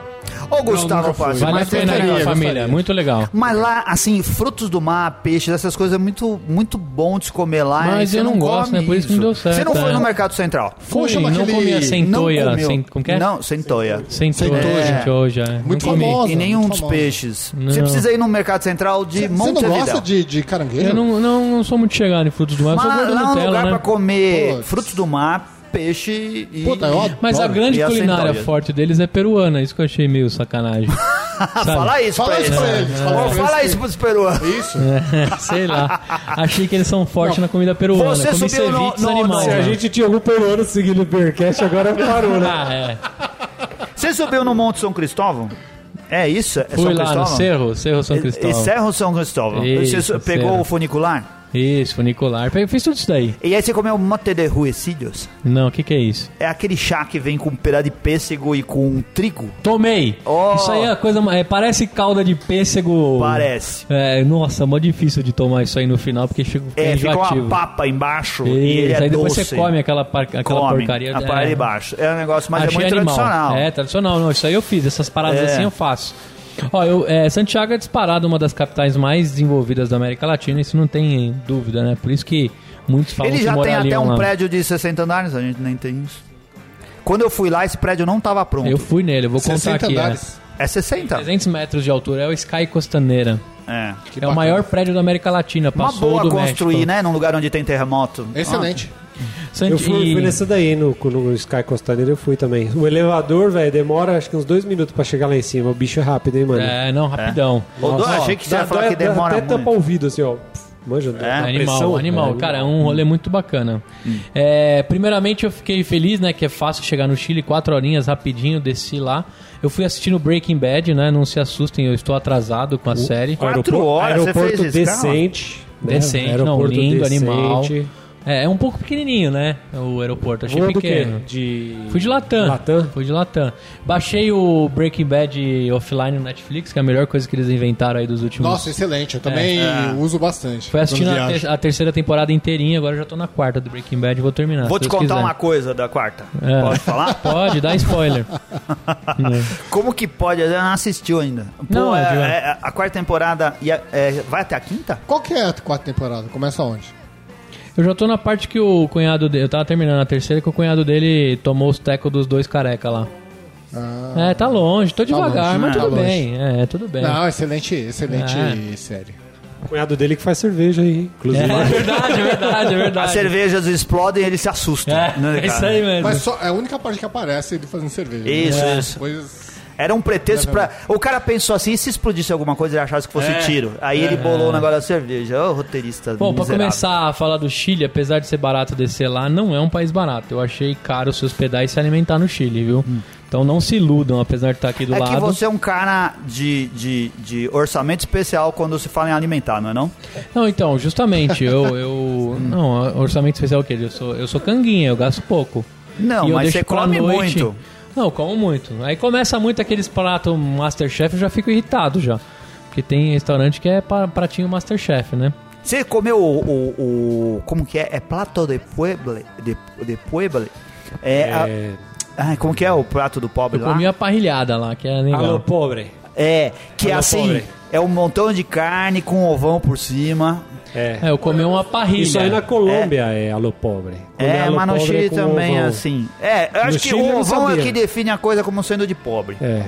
[SPEAKER 3] Ô, Gustavo, Paz,
[SPEAKER 1] Vale a
[SPEAKER 3] mas,
[SPEAKER 1] pena ir
[SPEAKER 3] tem-
[SPEAKER 1] com a
[SPEAKER 4] gostaria,
[SPEAKER 1] família,
[SPEAKER 4] gostaria.
[SPEAKER 1] muito legal.
[SPEAKER 3] mas lá, assim, frutos do mar, peixes, essas coisas é muito, muito bom de se comer lá.
[SPEAKER 1] Mas
[SPEAKER 3] e você
[SPEAKER 1] eu não gosto,
[SPEAKER 3] come
[SPEAKER 1] né? Por isso que não deu certo,
[SPEAKER 3] Você não foi
[SPEAKER 1] né?
[SPEAKER 3] no Mercado Central.
[SPEAKER 1] Fui,
[SPEAKER 4] chama
[SPEAKER 1] não
[SPEAKER 4] aquele-
[SPEAKER 1] comia centoia,
[SPEAKER 3] não comeu.
[SPEAKER 1] sem, como que é?
[SPEAKER 3] Não, centoia.
[SPEAKER 1] Centoia,
[SPEAKER 4] Centoia.
[SPEAKER 1] centoia, é.
[SPEAKER 4] Muito
[SPEAKER 1] Não comi.
[SPEAKER 4] famosa.
[SPEAKER 3] E nenhum
[SPEAKER 4] muito
[SPEAKER 3] dos
[SPEAKER 4] famosa.
[SPEAKER 3] peixes.
[SPEAKER 1] Não.
[SPEAKER 3] Você precisa ir no Mercado Central de
[SPEAKER 4] Você não
[SPEAKER 3] Montevideo.
[SPEAKER 4] gosta de, de caranguejo?
[SPEAKER 1] Eu não, não, não sou muito chegado em frutos do mar, eu sou
[SPEAKER 3] né? Mas
[SPEAKER 1] gordo
[SPEAKER 3] lá é um
[SPEAKER 1] Nutella,
[SPEAKER 3] lugar
[SPEAKER 1] né?
[SPEAKER 3] pra comer
[SPEAKER 4] Putz.
[SPEAKER 3] frutos do mar, peixe e.
[SPEAKER 4] Puta, é eu adoro.
[SPEAKER 1] Mas a grande
[SPEAKER 3] E a
[SPEAKER 1] culinária
[SPEAKER 3] centóia.
[SPEAKER 1] forte deles é peruana, isso que eu achei meio sacanagem.
[SPEAKER 3] Fala isso
[SPEAKER 4] Fala
[SPEAKER 3] pra
[SPEAKER 4] isso
[SPEAKER 3] eles.
[SPEAKER 4] pra eles, fala
[SPEAKER 3] Ô,
[SPEAKER 4] pra eles
[SPEAKER 3] Fala
[SPEAKER 4] que-
[SPEAKER 3] isso pros peruanos.
[SPEAKER 4] Isso.
[SPEAKER 1] Sei lá. Achei que eles são fortes na comida peruana.
[SPEAKER 3] Você
[SPEAKER 1] Comi
[SPEAKER 3] subiu no-
[SPEAKER 1] ceviches
[SPEAKER 3] no-
[SPEAKER 1] animal.
[SPEAKER 2] Se a
[SPEAKER 1] né?
[SPEAKER 2] gente tinha algum peruano seguindo o Beercast, agora parou, né?
[SPEAKER 1] Ah, é.
[SPEAKER 3] Você subiu no Monte São Cristóvão? É isso? É
[SPEAKER 1] Fui
[SPEAKER 3] São
[SPEAKER 1] lá no
[SPEAKER 3] Cristóvão?
[SPEAKER 1] Cerro, Cerro São Cristóvão.
[SPEAKER 3] E Cerro São Cristóvão.
[SPEAKER 1] Isso,
[SPEAKER 3] você su- pegou
[SPEAKER 1] Cerro.
[SPEAKER 3] o funicular?
[SPEAKER 1] Isso, funicular. Eu fiz tudo isso daí.
[SPEAKER 3] E aí você comeu mote de ruecillos?
[SPEAKER 1] Não, o que, que é isso?
[SPEAKER 3] É aquele chá que vem com um pedaço de pêssego e com um trigo?
[SPEAKER 1] Tomei!
[SPEAKER 3] Oh.
[SPEAKER 1] Isso aí é a coisa mais. é, Parece calda de pêssego.
[SPEAKER 3] Parece.
[SPEAKER 1] É, nossa, mó difícil de tomar isso aí no final, porque fica, fica
[SPEAKER 3] É, fica
[SPEAKER 1] enjoativo.
[SPEAKER 3] uma papa embaixo
[SPEAKER 1] Isso,
[SPEAKER 3] e ele é
[SPEAKER 1] aí depois
[SPEAKER 3] doce.
[SPEAKER 1] você come aquela, par- aquela
[SPEAKER 3] come
[SPEAKER 1] porcaria.
[SPEAKER 3] a parada
[SPEAKER 1] é.
[SPEAKER 3] de baixo. É um negócio, mas é
[SPEAKER 1] Achei
[SPEAKER 3] muito
[SPEAKER 1] animal.
[SPEAKER 3] tradicional.
[SPEAKER 1] É, tradicional, não. Isso aí eu fiz, essas paradas
[SPEAKER 3] É.
[SPEAKER 1] assim eu faço. Ó, eu, é, Santiago é disparado uma das capitais mais desenvolvidas da América Latina, isso não tem dúvida, né? Por isso que muitos falam
[SPEAKER 3] Ele
[SPEAKER 1] que
[SPEAKER 3] já tem até
[SPEAKER 1] Moralion
[SPEAKER 3] um
[SPEAKER 1] lá.
[SPEAKER 3] prédio de 60 andares, a gente nem tem isso. Quando eu fui lá, esse prédio não estava pronto.
[SPEAKER 1] Eu fui nele, eu vou contar
[SPEAKER 4] 60
[SPEAKER 1] aqui. É.
[SPEAKER 4] andares.
[SPEAKER 3] É 60.
[SPEAKER 1] 300 metros de altura, é o Sky Costaneira.
[SPEAKER 3] É.
[SPEAKER 1] é
[SPEAKER 4] bacana.
[SPEAKER 1] o maior prédio da América Latina,
[SPEAKER 3] Uma
[SPEAKER 1] passou
[SPEAKER 3] boa
[SPEAKER 1] do
[SPEAKER 3] construir,
[SPEAKER 1] México.
[SPEAKER 3] né? Num lugar onde tem terremoto.
[SPEAKER 4] É Excelente.
[SPEAKER 1] Ah, Sant-
[SPEAKER 2] Eu fui,
[SPEAKER 1] e-
[SPEAKER 2] fui nessa daí, no, no Sky Costaneiro eu fui também. O elevador, velho, demora acho que uns dois minutos pra chegar lá em cima. O bicho é rápido, hein, mano?
[SPEAKER 1] É, não, rapidão.
[SPEAKER 3] Ah. Ô, Dó, achei que você ia falar que demora
[SPEAKER 2] até tampa
[SPEAKER 3] muito.
[SPEAKER 2] o ouvido, assim, ó. Manja,
[SPEAKER 3] É,
[SPEAKER 2] dá uma
[SPEAKER 1] animal,
[SPEAKER 2] pressão,
[SPEAKER 1] animal.
[SPEAKER 2] velho.
[SPEAKER 1] Cara, é um rolê muito bacana. É, primeiramente, eu fiquei feliz, né? Que é fácil chegar no Chile, quatro horinhas rapidinho, desci lá. Eu fui assistindo Breaking Bad, né? Não se assustem, eu estou atrasado com a série.
[SPEAKER 3] Quatro horas, você
[SPEAKER 2] aeroporto
[SPEAKER 3] fez isso, cara?
[SPEAKER 2] decente. né?
[SPEAKER 1] Decente, não,
[SPEAKER 2] Aeroporto
[SPEAKER 1] lindo, animal.
[SPEAKER 2] decente.
[SPEAKER 1] É, é um pouco pequenininho, né? O aeroporto, achei
[SPEAKER 2] Voo do quê?
[SPEAKER 1] Tipo pequeno.
[SPEAKER 2] De...
[SPEAKER 1] Fui de Latam.
[SPEAKER 2] Latam?
[SPEAKER 1] Fui de Latam. Baixei o Breaking Bad offline no Netflix, que é a melhor coisa que eles inventaram aí dos últimos
[SPEAKER 4] Nossa, excelente. Eu também uso bastante.
[SPEAKER 1] É, Foi assistindo
[SPEAKER 4] quando
[SPEAKER 1] a,
[SPEAKER 4] viajo.
[SPEAKER 1] ter- a terceira temporada inteirinha, agora eu já tô na quarta do Breaking Bad, vou terminar.
[SPEAKER 3] Vou
[SPEAKER 1] se
[SPEAKER 3] te
[SPEAKER 1] Deus
[SPEAKER 3] contar
[SPEAKER 1] quiser.
[SPEAKER 3] uma coisa da quarta.
[SPEAKER 1] É.
[SPEAKER 3] Pode falar?
[SPEAKER 1] Pode, dá spoiler.
[SPEAKER 3] Como que pode? Ela não assistiu ainda. Pô,
[SPEAKER 1] Não,
[SPEAKER 3] é-
[SPEAKER 1] Diego.
[SPEAKER 3] é- a quarta temporada e a- é, vai até a quinta?
[SPEAKER 4] Qual que é a quarta temporada? Começa onde?
[SPEAKER 1] Eu já tô na parte que o cunhado dele. Eu tava terminando a terceira que o cunhado dele tomou os tecos dos dois careca lá. é, tá longe, tô devagar,
[SPEAKER 4] longe,
[SPEAKER 1] mas
[SPEAKER 4] né?
[SPEAKER 1] tudo
[SPEAKER 4] Tá
[SPEAKER 1] bem. É, tudo bem.
[SPEAKER 4] Não, excelente, excelente
[SPEAKER 1] É.
[SPEAKER 4] série.
[SPEAKER 2] O cunhado dele que faz cerveja aí,
[SPEAKER 1] É,
[SPEAKER 2] inclusive.
[SPEAKER 1] verdade, é verdade, é
[SPEAKER 3] As
[SPEAKER 1] verdade.
[SPEAKER 3] cervejas explodem e ele se assusta. né,
[SPEAKER 1] É, é
[SPEAKER 3] cara?
[SPEAKER 1] isso aí É. mesmo.
[SPEAKER 4] Mas só, é a única parte que aparece ele fazendo cerveja.
[SPEAKER 3] Isso,
[SPEAKER 4] né?
[SPEAKER 3] isso.
[SPEAKER 4] Pois-
[SPEAKER 3] Era um pretexto pra. O cara pensou assim: e se explodisse alguma coisa, ele achasse que fosse
[SPEAKER 1] É.
[SPEAKER 3] tiro. Aí ele bolou o negócio da cerveja. Ô, roteirista.
[SPEAKER 1] Bom, pra
[SPEAKER 3] miserável.
[SPEAKER 1] começar a falar do Chile, apesar de ser barato descer lá, não é um país barato. Eu achei caro se hospedar e se alimentar no Chile, viu? Então não se iludam, apesar de estar aqui do
[SPEAKER 3] Hum. É
[SPEAKER 1] lado.
[SPEAKER 3] que você é um cara de, de, de orçamento especial quando se fala em alimentar, não é não?
[SPEAKER 1] Não, então, justamente, eu, eu. Não, orçamento especial é o quê? Eu sou, eu sou canguinha, eu gasto pouco.
[SPEAKER 3] Não,
[SPEAKER 1] E eu
[SPEAKER 3] mas
[SPEAKER 1] deixo
[SPEAKER 3] você
[SPEAKER 1] pra
[SPEAKER 3] come muito.
[SPEAKER 1] Não, eu como muito. Aí começa muito aqueles pratos Masterchef, eu já fico irritado já. Porque tem restaurante que é pra- pratinho Masterchef, né?
[SPEAKER 3] Você comeu o, o- o- Como que é? É Plato de Pueble. De, de Pueble? É. a- ai, como que é o prato do pobre
[SPEAKER 1] Eu
[SPEAKER 3] lá?
[SPEAKER 1] comi a parrilhada lá, que é legal.
[SPEAKER 2] Alô, pobre.
[SPEAKER 3] É, que é
[SPEAKER 2] Alô,
[SPEAKER 3] assim.
[SPEAKER 2] pobre.
[SPEAKER 3] É um montão de carne com ovão por cima.
[SPEAKER 2] É.
[SPEAKER 1] É, eu comi uma parrilha.
[SPEAKER 2] Isso aí na Colômbia é, alô pobre. Quando
[SPEAKER 3] é,
[SPEAKER 2] alô
[SPEAKER 3] mas no
[SPEAKER 2] pobre
[SPEAKER 3] Chile
[SPEAKER 2] com
[SPEAKER 3] também é
[SPEAKER 2] ovão.
[SPEAKER 3] assim. É, eu acho
[SPEAKER 2] No
[SPEAKER 3] que
[SPEAKER 2] Chile eu
[SPEAKER 3] o
[SPEAKER 2] não
[SPEAKER 3] ovão é
[SPEAKER 2] sabia.
[SPEAKER 3] que define a coisa como sendo de pobre.
[SPEAKER 2] É.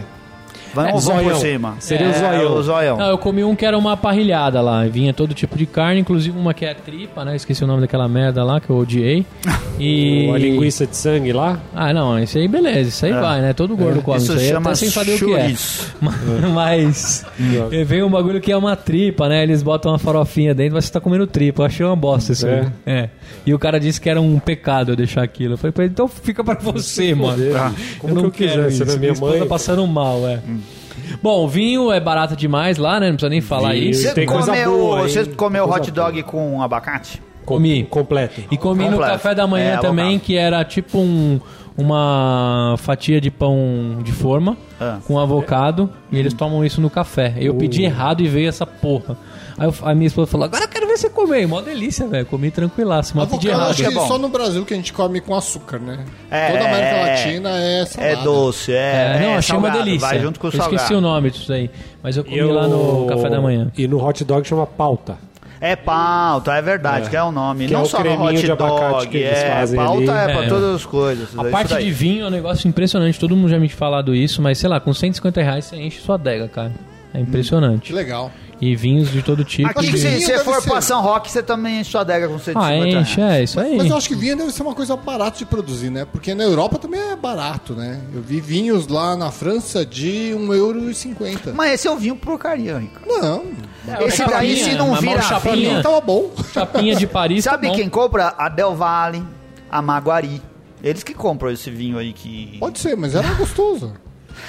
[SPEAKER 3] Vai um
[SPEAKER 2] É,
[SPEAKER 3] ovão por
[SPEAKER 2] zoião.
[SPEAKER 3] cima.
[SPEAKER 2] Seria
[SPEAKER 3] é,
[SPEAKER 2] o zoião.
[SPEAKER 3] O zoião.
[SPEAKER 1] Não, eu comi um que era uma parrilhada lá. Vinha todo tipo de carne, inclusive uma que é tripa, né? Esqueci o nome daquela merda lá que eu odiei. E.
[SPEAKER 2] A linguiça de sangue lá.
[SPEAKER 1] Ah, não, isso aí beleza, isso aí vai, né? Todo gordo come isso,
[SPEAKER 3] Isso
[SPEAKER 1] aí, até
[SPEAKER 3] chama
[SPEAKER 1] sem saber o que é.
[SPEAKER 3] chouriço.
[SPEAKER 1] Mas eh, vem um bagulho que é uma tripa, né? Eles botam uma farofinha dentro, mas você tá comendo tripa. Eu achei uma bosta isso aí. É. E o cara disse que era um pecado eu deixar aquilo. Eu falei pra ele, então fica pra você, mano.
[SPEAKER 2] Ah, como
[SPEAKER 1] eu
[SPEAKER 2] que
[SPEAKER 1] não quero
[SPEAKER 2] eu quiser,
[SPEAKER 1] isso.
[SPEAKER 2] você não é
[SPEAKER 1] Minha
[SPEAKER 2] minha
[SPEAKER 1] esposa
[SPEAKER 2] mãe. Hum.
[SPEAKER 1] tá passando mal, é. Bom, vinho é barato demais lá, né? Não precisa nem falar
[SPEAKER 2] Vinho.
[SPEAKER 1] isso.
[SPEAKER 3] Você
[SPEAKER 2] Tem
[SPEAKER 3] comeu,
[SPEAKER 2] coisa boa, hein?
[SPEAKER 3] você comeu
[SPEAKER 2] Coisa
[SPEAKER 3] hot dog com abacate?
[SPEAKER 1] Comi.
[SPEAKER 2] Completo.
[SPEAKER 1] E comi no
[SPEAKER 3] Completo.
[SPEAKER 1] café da
[SPEAKER 3] É,
[SPEAKER 1] manhã
[SPEAKER 3] avocado.
[SPEAKER 1] também, que era tipo um, uma fatia de pão de forma
[SPEAKER 3] Ah.
[SPEAKER 1] com avocado. E eles tomam isso no café. Eu pedi errado e veio essa porra. Aí eu- a minha esposa falou: Agora eu quero ver você comer. Mó delícia, velho. Comi tranquilaço. Mas pedi
[SPEAKER 4] Avocado,
[SPEAKER 1] errado.
[SPEAKER 4] acho que
[SPEAKER 3] é bom.
[SPEAKER 4] só no Brasil que a gente come com açúcar, né?
[SPEAKER 3] É,
[SPEAKER 4] Toda a América
[SPEAKER 3] é,
[SPEAKER 4] Latina é salada.
[SPEAKER 3] É doce, é.
[SPEAKER 1] É, não,
[SPEAKER 3] é
[SPEAKER 1] achei
[SPEAKER 3] salgado,
[SPEAKER 1] uma delícia.
[SPEAKER 3] Vai junto com o
[SPEAKER 1] eu esqueci
[SPEAKER 3] salgado.
[SPEAKER 1] o nome disso aí. Mas eu comi lá no café da manhã.
[SPEAKER 2] E no hot dog chama pauta.
[SPEAKER 3] É pauta, é verdade, que é o nome.
[SPEAKER 2] Que
[SPEAKER 3] não
[SPEAKER 2] é o
[SPEAKER 3] só no
[SPEAKER 2] creminho
[SPEAKER 3] hot
[SPEAKER 2] de abacate
[SPEAKER 3] dog,
[SPEAKER 2] que eles
[SPEAKER 3] é.
[SPEAKER 2] fazem
[SPEAKER 3] pauta
[SPEAKER 2] ali.
[SPEAKER 3] é pra
[SPEAKER 1] É.
[SPEAKER 3] todas as coisas.
[SPEAKER 1] A
[SPEAKER 3] é
[SPEAKER 1] parte
[SPEAKER 3] isso
[SPEAKER 1] de
[SPEAKER 3] daí.
[SPEAKER 1] vinho é um negócio impressionante. Todo mundo já me falado isso, mas sei lá, com 150 reais você enche sua adega, cara. É impressionante.
[SPEAKER 4] Que legal.
[SPEAKER 1] E vinhos de todo tipo.
[SPEAKER 3] Aqui,
[SPEAKER 4] que
[SPEAKER 1] de-
[SPEAKER 3] se
[SPEAKER 4] vinho
[SPEAKER 3] você
[SPEAKER 4] deve
[SPEAKER 3] for
[SPEAKER 4] ser.
[SPEAKER 3] pra São Roque, você também enche sua adega com tá? 150
[SPEAKER 1] Ah,
[SPEAKER 3] reais.
[SPEAKER 1] enche, é isso aí.
[SPEAKER 4] Mas eu acho que vinho deve ser uma coisa barata de produzir, né? Porque na Europa também é barato, né? Eu vi vinhos lá na França de 1,50€.
[SPEAKER 3] Mas É, esse é o vinho porcaria, Rico.
[SPEAKER 4] Não.
[SPEAKER 3] Esse
[SPEAKER 1] uma
[SPEAKER 3] daí,
[SPEAKER 1] É, chapinha,
[SPEAKER 3] se não
[SPEAKER 1] uma
[SPEAKER 3] vira então
[SPEAKER 1] mão
[SPEAKER 4] Pra
[SPEAKER 1] Vinha.
[SPEAKER 4] mim tava bom.
[SPEAKER 1] Chapinha de Paris,
[SPEAKER 3] Sabe
[SPEAKER 1] tá bom.
[SPEAKER 3] quem compra? A Del Valle, a Maguari. Eles que compram esse vinho aí que.
[SPEAKER 4] Pode ser, mas era gostoso.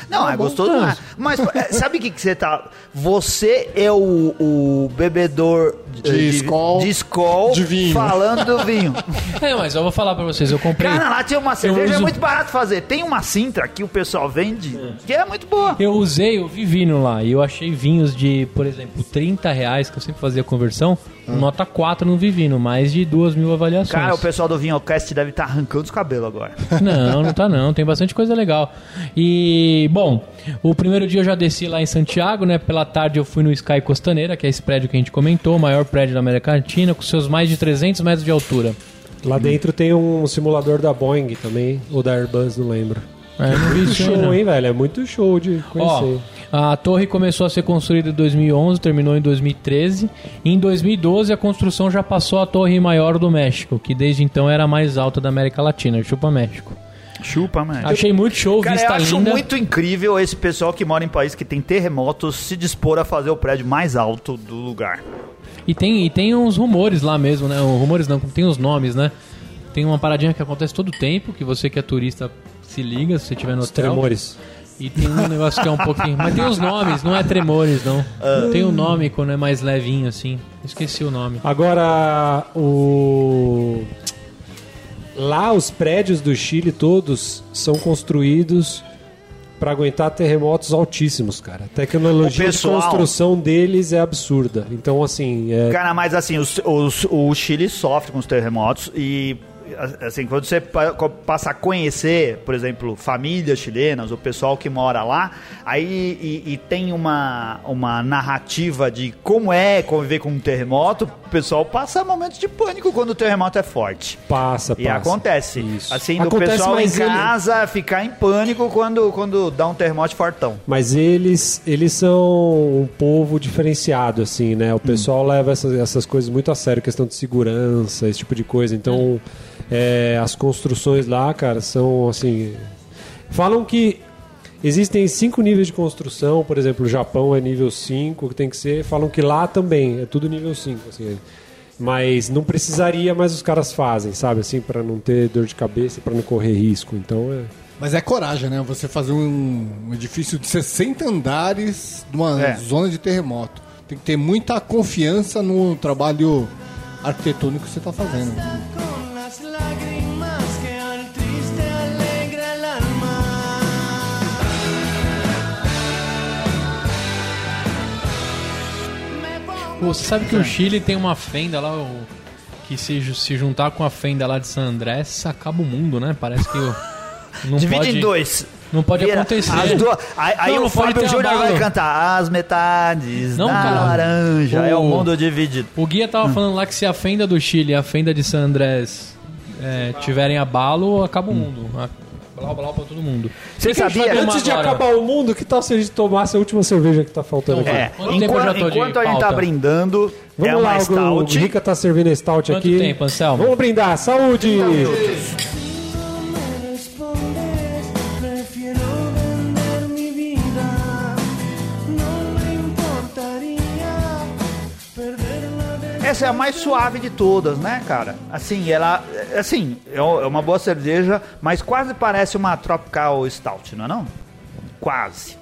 [SPEAKER 3] Não, é gostoso.
[SPEAKER 1] bom
[SPEAKER 3] Mas, mas é, sabe o que, que você tá. Você é o, o bebedor
[SPEAKER 4] De Skol.
[SPEAKER 3] de Skol
[SPEAKER 4] De vinho.
[SPEAKER 3] falando do vinho.
[SPEAKER 1] É, mas eu vou falar pra vocês, eu comprei...
[SPEAKER 3] Cara, lá tinha uma cerveja, é
[SPEAKER 1] uso-
[SPEAKER 3] muito barato fazer. Tem uma Sintra que o pessoal vende, que é muito boa.
[SPEAKER 1] Eu usei, eu vi vinho lá e eu achei vinhos de, por exemplo, 30 reais, que eu sempre fazia conversão, nota 4 no Vivino, mais de 2 mil avaliações.
[SPEAKER 3] Hum. Cara, o pessoal do Vinhocast deve estar arrancando os cabelos agora.
[SPEAKER 1] Não, não tá não, tem bastante coisa legal. E, bom, o primeiro dia eu já desci lá em Santiago, né? Pela tarde eu fui no Sky Costaneira, que é esse prédio que a gente comentou, o maior prédio da América Latina, com seus mais de 300 metros de altura. Hum.
[SPEAKER 2] Lá dentro tem um simulador da Boeing também, ou da Airbus, não lembro.
[SPEAKER 1] É, não vi isso aí,
[SPEAKER 2] Show,
[SPEAKER 1] não.
[SPEAKER 2] hein, velho? É muito show de
[SPEAKER 1] Ó,
[SPEAKER 3] é.
[SPEAKER 2] conhecer.
[SPEAKER 1] a torre começou a ser construída em 2011, terminou em 2013. Em 2012, a construção já passou a torre maior do México, que desde então era a mais alta da América Latina, chupa México.
[SPEAKER 3] Chupa, mano.
[SPEAKER 1] Achei muito show,
[SPEAKER 3] Cara, eu
[SPEAKER 1] vista
[SPEAKER 3] acho
[SPEAKER 1] linda.
[SPEAKER 3] muito incrível esse pessoal que mora em país que tem terremotos se dispor a fazer o prédio mais alto do lugar.
[SPEAKER 1] E, tem, e tem uns rumores lá mesmo, né? Ou Rumores não, tem uns nomes, né? Tem uma paradinha que acontece todo tempo, que você que é turista se liga, se você estiver no
[SPEAKER 2] Os
[SPEAKER 1] hotel.
[SPEAKER 2] tremores.
[SPEAKER 1] E tem um negócio que é um pouquinho. Mas tem os nomes, não é tremores, não.
[SPEAKER 2] Ah.
[SPEAKER 1] Tem o nome quando é mais levinho, assim. Esqueci o nome.
[SPEAKER 2] Agora, o. Lá os prédios do Chile todos são construídos para aguentar terremotos altíssimos, cara. A tecnologia
[SPEAKER 3] O pessoal-
[SPEAKER 2] de construção deles é absurda. Então, assim, é,
[SPEAKER 3] Cara, mas assim, os, os- o Chile sofre com os terremotos e assim, quando você pa- co- passa a conhecer, por exemplo, famílias chilenas, o pessoal que mora lá, aí e, e tem uma, uma narrativa de como é conviver com um terremoto, o pessoal passa momentos de pânico quando o terremoto é forte.
[SPEAKER 2] passa, passa.
[SPEAKER 3] E acontece.
[SPEAKER 2] Isso.
[SPEAKER 3] Assim, do
[SPEAKER 2] Acontece,
[SPEAKER 3] pessoal em
[SPEAKER 2] mas ele-
[SPEAKER 3] casa ficar em pânico quando, quando dá um terremoto fortão.
[SPEAKER 2] Mas eles, eles são um povo diferenciado, assim, né? O pessoal leva essas, essas coisas muito a sério, questão de segurança, esse tipo de coisa. Então, é, as construções lá, cara, são assim. Falam que existem cinco níveis de construção, por exemplo, o Japão é nível 5, que tem que ser. Falam que lá também é tudo nível 5, assim. Mas não precisaria, mas os caras fazem, sabe? Assim, para não ter dor de cabeça, para não correr risco. Então, é.
[SPEAKER 4] Mas é coragem, né? Você fazer um, um edifício de 60 andares numa
[SPEAKER 3] É.
[SPEAKER 4] zona de terremoto. Tem que ter muita confiança no trabalho arquitetônico que você tá fazendo.
[SPEAKER 5] Con las lágrimas que al triste alegra el alma. Me pongo
[SPEAKER 1] Pô, Você sabe
[SPEAKER 3] É.
[SPEAKER 1] que o Chile tem uma fenda lá, o- que se, ju- se juntar com a fenda lá de San Andrés, acaba o mundo, né? Parece que o- não
[SPEAKER 3] Divide
[SPEAKER 1] pode,
[SPEAKER 3] em dois.
[SPEAKER 1] Não pode
[SPEAKER 3] Vira-
[SPEAKER 1] acontecer.
[SPEAKER 3] as duas- aí aí
[SPEAKER 1] Não,
[SPEAKER 3] o
[SPEAKER 1] não pode
[SPEAKER 3] Fábio
[SPEAKER 1] ter
[SPEAKER 3] Júnior
[SPEAKER 1] abalo.
[SPEAKER 3] vai cantar as metades
[SPEAKER 1] Não,
[SPEAKER 3] da
[SPEAKER 1] cara.
[SPEAKER 3] laranja. É o
[SPEAKER 1] O-
[SPEAKER 3] mundo dividido.
[SPEAKER 1] O Guia
[SPEAKER 3] Hum.
[SPEAKER 1] tava falando lá que se a fenda do Chile e a fenda de San Andrés é, tiverem abalo, acaba o mundo. Ah, Blá, blá, pra todo mundo.
[SPEAKER 3] Hum. Você
[SPEAKER 1] Por que a gente
[SPEAKER 3] sabia-
[SPEAKER 1] vai
[SPEAKER 2] Antes de
[SPEAKER 1] agora?
[SPEAKER 2] acabar o mundo, que tal se a gente tomasse a última cerveja que tá faltando aqui?
[SPEAKER 3] É,
[SPEAKER 1] Quanto tempo eu já
[SPEAKER 3] enquanto,
[SPEAKER 1] tô de
[SPEAKER 3] enquanto a gente
[SPEAKER 1] pauta?
[SPEAKER 3] tá brindando,
[SPEAKER 2] Vamos
[SPEAKER 3] é
[SPEAKER 2] lá,
[SPEAKER 3] uma
[SPEAKER 2] o, o
[SPEAKER 3] stout.
[SPEAKER 2] Rica tá servindo a stout
[SPEAKER 1] Quanto
[SPEAKER 2] aqui.
[SPEAKER 1] tempo, Anselmo?
[SPEAKER 2] Vamos brindar, saúde!
[SPEAKER 5] No me respondes, prefiero vender mi vida. No me importaría perderla de
[SPEAKER 3] Essa é a mais suave de todas, né, cara? Assim, ela. é- Assim, é o- é uma boa cerveja, mas quase parece uma Tropical Stout, não é não? Quase.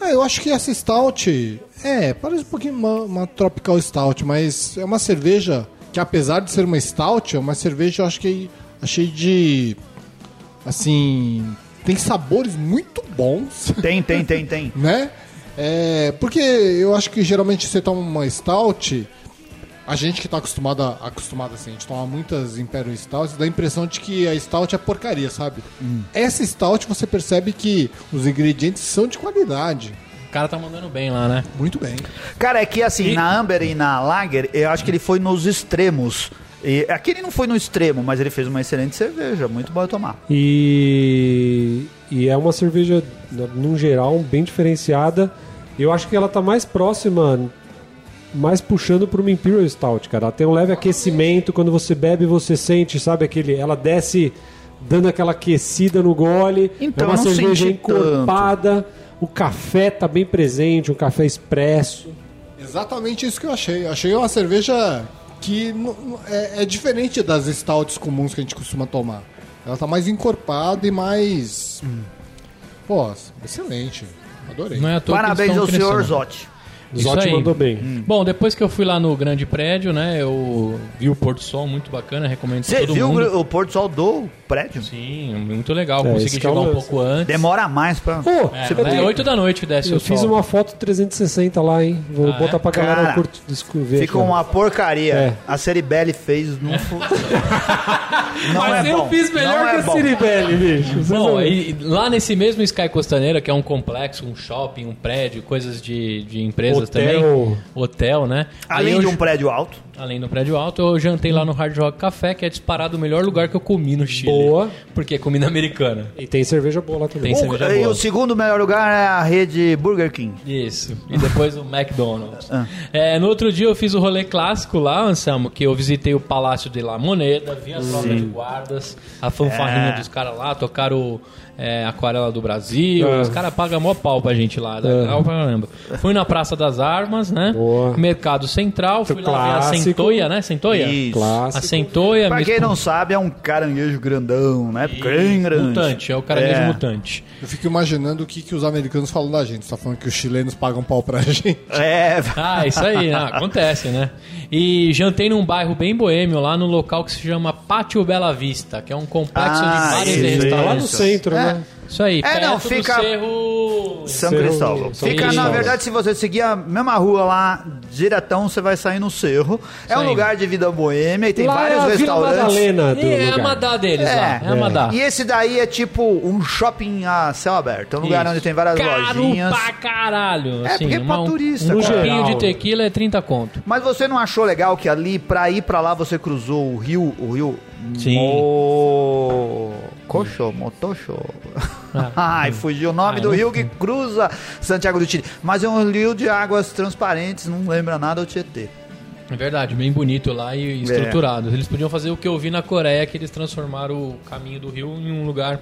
[SPEAKER 4] Ah, eu acho que essa stout é, parece um pouquinho uma, uma tropical stout, mas é uma cerveja que apesar de ser uma stout, é uma cerveja eu acho que achei de assim, tem sabores muito bons,
[SPEAKER 3] Tem, tem, tem, tem.
[SPEAKER 4] né? É, porque eu acho que geralmente você toma uma stout, a gente que tá acostumada, acostumada assim, a gente toma muitas Imperial Stouts, dá a impressão de que a stout é porcaria, sabe? Essa stout você percebe que os ingredientes são de qualidade.
[SPEAKER 1] O cara tá mandando bem lá, né?
[SPEAKER 4] Muito bem.
[SPEAKER 3] Cara, é que assim,
[SPEAKER 1] E-
[SPEAKER 3] na Amber e na Lager, eu acho que ele foi nos extremos. E aqui ele não foi no extremo, mas ele fez uma excelente cerveja, muito boa de tomar.
[SPEAKER 2] E, e é uma cerveja, no num geral, bem diferenciada. Eu acho que ela tá mais próxima mais puxando para uma Imperial Stout, cara. Ela tem um leve aquecimento, quando você bebe você sente, sabe, aquele... Ela desce dando aquela aquecida no gole,
[SPEAKER 3] Então,
[SPEAKER 2] é uma
[SPEAKER 3] eu não
[SPEAKER 2] cerveja
[SPEAKER 3] senti
[SPEAKER 2] encorpada, o café tá bem presente, um café expresso.
[SPEAKER 4] Exatamente isso que eu achei. Eu achei uma cerveja que não- não- é, é diferente das stouts comuns que a gente costuma tomar. Ela tá mais encorpada e mais. Pô, excelente. Adorei.
[SPEAKER 1] Não é à toa que
[SPEAKER 3] Parabéns
[SPEAKER 1] eles
[SPEAKER 3] ao
[SPEAKER 1] estão
[SPEAKER 3] senhor Hum.
[SPEAKER 1] crescendo.
[SPEAKER 3] Zotti.
[SPEAKER 1] Isso
[SPEAKER 2] Zotti
[SPEAKER 1] aí.
[SPEAKER 2] mandou bem.
[SPEAKER 1] Bom, depois que eu fui lá no grande prédio, né, eu vi o Porto Sol muito bacana, recomendo pra
[SPEAKER 3] Você
[SPEAKER 1] todo
[SPEAKER 3] viu
[SPEAKER 1] mundo.
[SPEAKER 3] o Porto Sol do prédio?
[SPEAKER 1] Sim, muito legal,
[SPEAKER 2] É,
[SPEAKER 1] consegui
[SPEAKER 2] isso que é
[SPEAKER 1] chegar
[SPEAKER 2] um
[SPEAKER 1] um
[SPEAKER 2] lance.
[SPEAKER 1] pouco antes.
[SPEAKER 3] Demora mais pra.
[SPEAKER 2] Pô,
[SPEAKER 1] É,
[SPEAKER 2] você
[SPEAKER 1] né, 8 da noite desce
[SPEAKER 2] Eu
[SPEAKER 1] o sol.
[SPEAKER 2] fiz uma foto 360 lá, hein? Vou
[SPEAKER 1] Ah, é?
[SPEAKER 2] botar pra galera
[SPEAKER 3] Cara,
[SPEAKER 2] curtir, descu- ver.
[SPEAKER 3] Fica um
[SPEAKER 2] aqui, ó.
[SPEAKER 3] uma porcaria.
[SPEAKER 2] É.
[SPEAKER 3] A Ceribelli fez no. não
[SPEAKER 1] É. Mas eu fiz melhor
[SPEAKER 3] não
[SPEAKER 1] que
[SPEAKER 3] é
[SPEAKER 1] a
[SPEAKER 3] bom.
[SPEAKER 2] Ciribelli, bicho. Vocês
[SPEAKER 1] Bom,
[SPEAKER 2] não-
[SPEAKER 1] e lá nesse mesmo Sky Costaneira, que é um complexo, um shopping, um prédio, coisas de, de empresas
[SPEAKER 2] Hotel.
[SPEAKER 1] também. Hotel, né? Aí
[SPEAKER 3] Além
[SPEAKER 1] eu
[SPEAKER 3] de um prédio alto.
[SPEAKER 1] Além do prédio alto, eu jantei lá no Hard Rock Café, que é disparado o melhor lugar que eu comi no Chile.
[SPEAKER 2] Boa.
[SPEAKER 1] Porque é comida americana.
[SPEAKER 2] E tem cerveja boa lá
[SPEAKER 1] Tem
[SPEAKER 2] também.
[SPEAKER 3] O-
[SPEAKER 1] cerveja
[SPEAKER 3] e
[SPEAKER 1] boa.
[SPEAKER 3] o segundo melhor lugar é a rede Burger King.
[SPEAKER 1] Isso. E depois o McDonald's.
[SPEAKER 3] Ah.
[SPEAKER 1] É, no outro dia eu fiz o rolê clássico lá, Anselmo, que eu visitei o Palácio de La Moneda, vi a troca de guardas, a fanfarrinha
[SPEAKER 3] É.
[SPEAKER 1] dos caras lá, tocaram é, Aquarela do Brasil,
[SPEAKER 2] É.
[SPEAKER 1] os caras pagam mó pau pra gente lá, né? dá legal pra caramba. "Ah, Fui na Praça das Armas, né?
[SPEAKER 2] Ah. Boa.
[SPEAKER 1] Mercado Central, fui lá ver a
[SPEAKER 2] Clássico.
[SPEAKER 1] Centoia, né? Centoia?
[SPEAKER 3] Isso.
[SPEAKER 1] A
[SPEAKER 2] Clássico.
[SPEAKER 1] Centoia...
[SPEAKER 3] Pra
[SPEAKER 1] me-
[SPEAKER 3] quem não sabe, é um caranguejo grandão, né? Bem grande.
[SPEAKER 1] Mutante, é o cara
[SPEAKER 3] É.
[SPEAKER 1] mutante.
[SPEAKER 4] Eu fico imaginando o que, que os americanos falam da gente. Você tá falando que os chilenos pagam pau pra gente.
[SPEAKER 3] É,
[SPEAKER 1] Ah, isso aí, né? acontece, né? E jantei num bairro bem boêmio, lá no local que se chama Pátio Bela Vista, que é um complexo
[SPEAKER 3] Ah,
[SPEAKER 1] de bares
[SPEAKER 3] isso,
[SPEAKER 1] e
[SPEAKER 3] isso.
[SPEAKER 2] Tá lá no
[SPEAKER 1] restaurantes.
[SPEAKER 2] centro,
[SPEAKER 3] É.
[SPEAKER 2] né?
[SPEAKER 1] Isso aí,
[SPEAKER 3] É, não,
[SPEAKER 1] perto
[SPEAKER 3] fica-
[SPEAKER 1] do Cerro...
[SPEAKER 3] São
[SPEAKER 2] Cerro-
[SPEAKER 3] Cristóvão.
[SPEAKER 2] São
[SPEAKER 3] Fica, na
[SPEAKER 1] Cristóvão.
[SPEAKER 3] verdade, se você seguir a mesma rua lá, diretão, você vai sair no cerro. É
[SPEAKER 1] Sim.
[SPEAKER 3] um lugar de vida boêmia e tem
[SPEAKER 2] lá
[SPEAKER 3] vários
[SPEAKER 2] é a Vila
[SPEAKER 3] restaurantes.
[SPEAKER 2] Madalena do
[SPEAKER 1] E é a
[SPEAKER 2] lugar.
[SPEAKER 1] Madá deles lá, é a Madá.
[SPEAKER 3] E esse daí é tipo um shopping a céu aberto. É um lugar
[SPEAKER 1] Isso.
[SPEAKER 3] onde tem várias
[SPEAKER 1] Caro
[SPEAKER 3] lojinhas.
[SPEAKER 1] pra caralho.
[SPEAKER 3] É, porque é pra
[SPEAKER 1] um-
[SPEAKER 3] turista,
[SPEAKER 1] Um
[SPEAKER 3] cara.
[SPEAKER 1] copinho de
[SPEAKER 2] Geral.
[SPEAKER 1] tequila é 30 conto.
[SPEAKER 3] Mas você não achou legal que ali, pra ir pra lá, você cruzou o rio. O rio.
[SPEAKER 1] Sim.
[SPEAKER 3] Mo... Coxo, Motoxo. Ai, fugiu o
[SPEAKER 1] É.
[SPEAKER 3] nome
[SPEAKER 1] Ah,
[SPEAKER 3] do
[SPEAKER 1] não-
[SPEAKER 3] rio que cruza Santiago do Chile. Mas é um rio de águas transparentes, não lembra nada o Tietê.
[SPEAKER 1] É verdade, bem bonito lá
[SPEAKER 3] É.
[SPEAKER 1] e estruturado. Eles podiam fazer o que eu vi na Coreia, que eles transformaram o caminho do rio em um lugar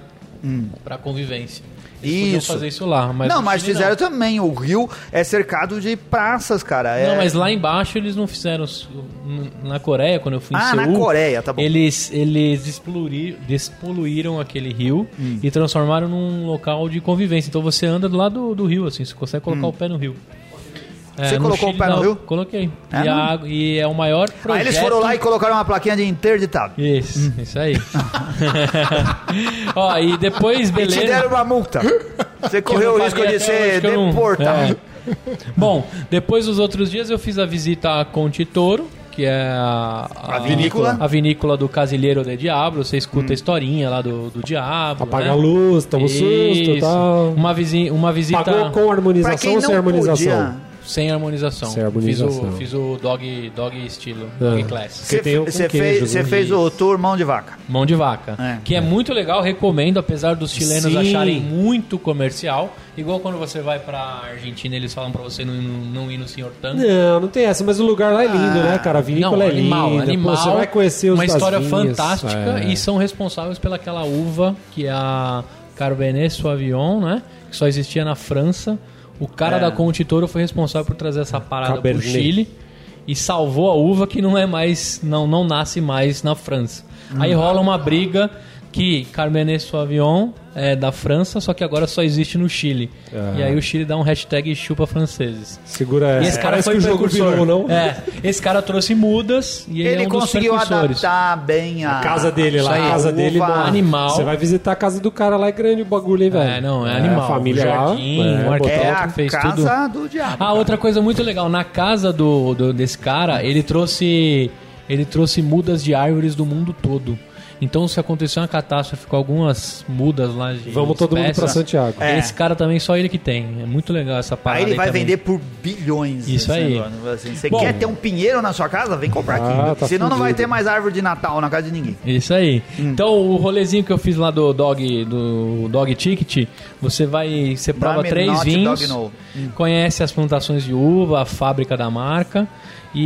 [SPEAKER 1] pra convivência. Eles podiam
[SPEAKER 3] Hum. Isso.
[SPEAKER 1] fazer isso lá, mas
[SPEAKER 3] não,
[SPEAKER 1] no
[SPEAKER 3] mas
[SPEAKER 1] Chile
[SPEAKER 3] fizeram também. O rio é cercado de praças, cara. É...
[SPEAKER 1] Não, mas lá embaixo eles não fizeram. s- n- Na Coreia, quando eu fui em
[SPEAKER 3] Ah, na
[SPEAKER 1] Seul,
[SPEAKER 3] Coreia, tá bom.
[SPEAKER 1] Eles, eles despoluir- despoluíram aquele rio
[SPEAKER 3] Hum.
[SPEAKER 1] e transformaram num local de convivência. Então você anda do lado do, do rio, assim, você consegue colocar o pé no rio. É,
[SPEAKER 3] Hum. Você
[SPEAKER 1] no
[SPEAKER 3] colocou o pé no
[SPEAKER 1] não,
[SPEAKER 3] rio?
[SPEAKER 1] Coloquei.
[SPEAKER 3] É,
[SPEAKER 1] e, a
[SPEAKER 3] não?
[SPEAKER 1] água- e é o maior
[SPEAKER 3] Aí
[SPEAKER 1] projeto.
[SPEAKER 3] eles foram Hum. lá e colocaram uma plaquinha de interditado.
[SPEAKER 1] Isso, isso aí. Ó, e depois,
[SPEAKER 3] E
[SPEAKER 1] beleza.
[SPEAKER 3] te deram uma multa. Você correu
[SPEAKER 1] eu
[SPEAKER 3] o
[SPEAKER 1] não
[SPEAKER 3] risco
[SPEAKER 1] paguei
[SPEAKER 3] de
[SPEAKER 1] até hoje,
[SPEAKER 3] ser
[SPEAKER 1] que eu não-
[SPEAKER 3] deportado.
[SPEAKER 1] É. Bom, depois dos outros dias eu fiz a visita a Conte Toro, que é a,
[SPEAKER 3] A vinícola.
[SPEAKER 1] a vinícola Hum. do Casilheiro de Diablo. Você escuta a historinha lá do, do Diabo.
[SPEAKER 2] Apaga
[SPEAKER 1] né?
[SPEAKER 2] a luz, toma um
[SPEAKER 1] Isso.
[SPEAKER 2] susto e tal.
[SPEAKER 1] Uma, visi, uma visita
[SPEAKER 2] Pagou com
[SPEAKER 3] Pra
[SPEAKER 2] harmonização
[SPEAKER 3] quem
[SPEAKER 2] ou sem
[SPEAKER 3] não
[SPEAKER 2] harmonização?
[SPEAKER 3] podia,
[SPEAKER 1] sem harmonização.
[SPEAKER 2] Sem harmonização. É.
[SPEAKER 1] Fiz o, fiz o dog, dog estilo, dog class.
[SPEAKER 2] Que tem o- com
[SPEAKER 3] você
[SPEAKER 2] queijo,
[SPEAKER 3] fez, você
[SPEAKER 2] né?
[SPEAKER 3] fez o tour mão de vaca.
[SPEAKER 1] Mão de vaca.
[SPEAKER 3] É.
[SPEAKER 1] Que é muito legal, recomendo, apesar dos chilenos
[SPEAKER 2] Sim.
[SPEAKER 1] acharem muito comercial. Igual quando você vai pra Argentina, eles falam pra você não, não ir no Senhor Tango.
[SPEAKER 2] Não, não tem essa, mas o lugar lá é lindo, né, cara? A vinícola é linda. pô, você vai conhecer os
[SPEAKER 1] uma
[SPEAKER 2] das
[SPEAKER 1] história
[SPEAKER 2] vinhas,
[SPEAKER 1] fantástica
[SPEAKER 2] é.
[SPEAKER 1] e são responsáveis pelaquela uva que é a Carbenet Sauvignon, né? Que só existia na França. O cara da Conte Toro foi responsável por trazer essa parada
[SPEAKER 2] É. Cabernet.
[SPEAKER 1] pro Chile e salvou a uva que não é mais não não nasce mais na França.
[SPEAKER 2] Hum.
[SPEAKER 1] Aí rola uma briga que Carmenet Sauvignon é da França, só que agora só existe no Chile.
[SPEAKER 2] É.
[SPEAKER 1] E aí o Chile dá um hashtag chupa franceses.
[SPEAKER 2] Segura essa.
[SPEAKER 1] E esse cara
[SPEAKER 2] É. Parece
[SPEAKER 1] foi
[SPEAKER 2] que o jogo
[SPEAKER 1] precursor.
[SPEAKER 2] virou, não?
[SPEAKER 1] É, esse cara trouxe mudas e ele,
[SPEAKER 3] Ele
[SPEAKER 1] é um
[SPEAKER 3] conseguiu
[SPEAKER 1] dos precursores.
[SPEAKER 3] adaptar bem a,
[SPEAKER 2] A casa dele
[SPEAKER 3] isso
[SPEAKER 2] lá,
[SPEAKER 3] aí,
[SPEAKER 2] a casa dele
[SPEAKER 3] uva. é
[SPEAKER 2] mano.
[SPEAKER 1] animal.
[SPEAKER 2] Você vai visitar a casa do cara lá, é grande o bagulho, hein, velho?
[SPEAKER 1] É, não, é animal.
[SPEAKER 2] A família
[SPEAKER 1] O jardim, um
[SPEAKER 2] lá.
[SPEAKER 1] o arquiteto.
[SPEAKER 3] É
[SPEAKER 2] botar-
[SPEAKER 3] a
[SPEAKER 1] fez
[SPEAKER 3] casa do diabo.
[SPEAKER 1] Ah, outra coisa muito legal, na casa do, do- desse cara, ele trouxe ele trouxe mudas de árvores do mundo todo. Então, se acontecer uma catástrofe com algumas mudas lá de
[SPEAKER 2] Vamos todo mundo pra
[SPEAKER 1] espécies,
[SPEAKER 2] Santiago.
[SPEAKER 3] É.
[SPEAKER 1] Esse cara também, só ele que tem. É muito legal essa
[SPEAKER 2] Ah,
[SPEAKER 1] parada.
[SPEAKER 3] Aí ele vai
[SPEAKER 1] também.
[SPEAKER 3] vender por bilhões.
[SPEAKER 1] Isso
[SPEAKER 3] esse
[SPEAKER 1] aí.
[SPEAKER 3] negócio. Assim, você
[SPEAKER 1] Bom.
[SPEAKER 3] quer ter um pinheiro na sua casa? Vem comprar
[SPEAKER 2] Ah,
[SPEAKER 3] aqui.
[SPEAKER 2] tá
[SPEAKER 3] Senão não vai
[SPEAKER 2] fudido.
[SPEAKER 3] ter mais árvore de Natal na casa de ninguém.
[SPEAKER 1] Isso aí.
[SPEAKER 3] Hum.
[SPEAKER 1] Então, o rolezinho que eu fiz lá do Dog, do dog Ticket, você vai, você prova
[SPEAKER 3] Dame
[SPEAKER 1] três
[SPEAKER 3] not,
[SPEAKER 1] vinhos,
[SPEAKER 3] dog Hum. no.
[SPEAKER 1] conhece as plantações de uva, a fábrica da marca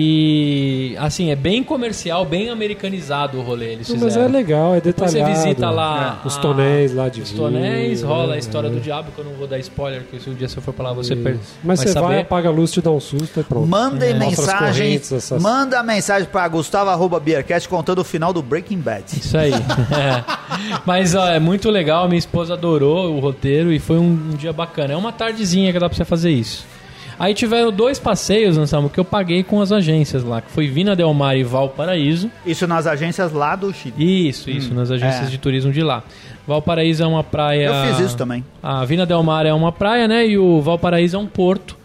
[SPEAKER 1] e, assim, é bem comercial, bem americanizado o rolê, eles
[SPEAKER 2] Mas é
[SPEAKER 1] fizeram.
[SPEAKER 2] legal, é
[SPEAKER 1] Depois
[SPEAKER 2] detalhado.
[SPEAKER 1] você visita lá
[SPEAKER 2] Os
[SPEAKER 1] a-
[SPEAKER 2] tonéis lá de
[SPEAKER 1] Os tonéis,
[SPEAKER 2] vinho,
[SPEAKER 1] rola a
[SPEAKER 2] é.
[SPEAKER 1] história do diabo, que eu não vou dar spoiler, que se um dia você for pra lá você per-
[SPEAKER 2] Mas
[SPEAKER 1] vai
[SPEAKER 2] você vai,
[SPEAKER 1] saber.
[SPEAKER 2] apaga a luz, te dá um susto e pronto.
[SPEAKER 3] Mandem
[SPEAKER 2] Mostra as
[SPEAKER 3] mensagem.
[SPEAKER 2] correntes, essas-
[SPEAKER 3] Manda mensagem pra Gustavo@beercast contando o final do Breaking Bad.
[SPEAKER 1] Isso aí. É. Mas ó, é muito legal, minha esposa adorou o roteiro e foi um, um dia bacana. É uma tardezinha que dá pra você fazer isso. Aí tiveram dois passeios, Anselmo, que eu paguei com as agências lá, que foi Vina Del Mar e Valparaíso.
[SPEAKER 3] Isso nas agências lá do Chile.
[SPEAKER 1] Isso, isso, nas agências
[SPEAKER 3] é.
[SPEAKER 1] de turismo de lá. Valparaíso é uma praia.
[SPEAKER 3] Eu fiz isso também.
[SPEAKER 1] A Vina Del Mar é uma praia, né? E o Valparaíso é um porto,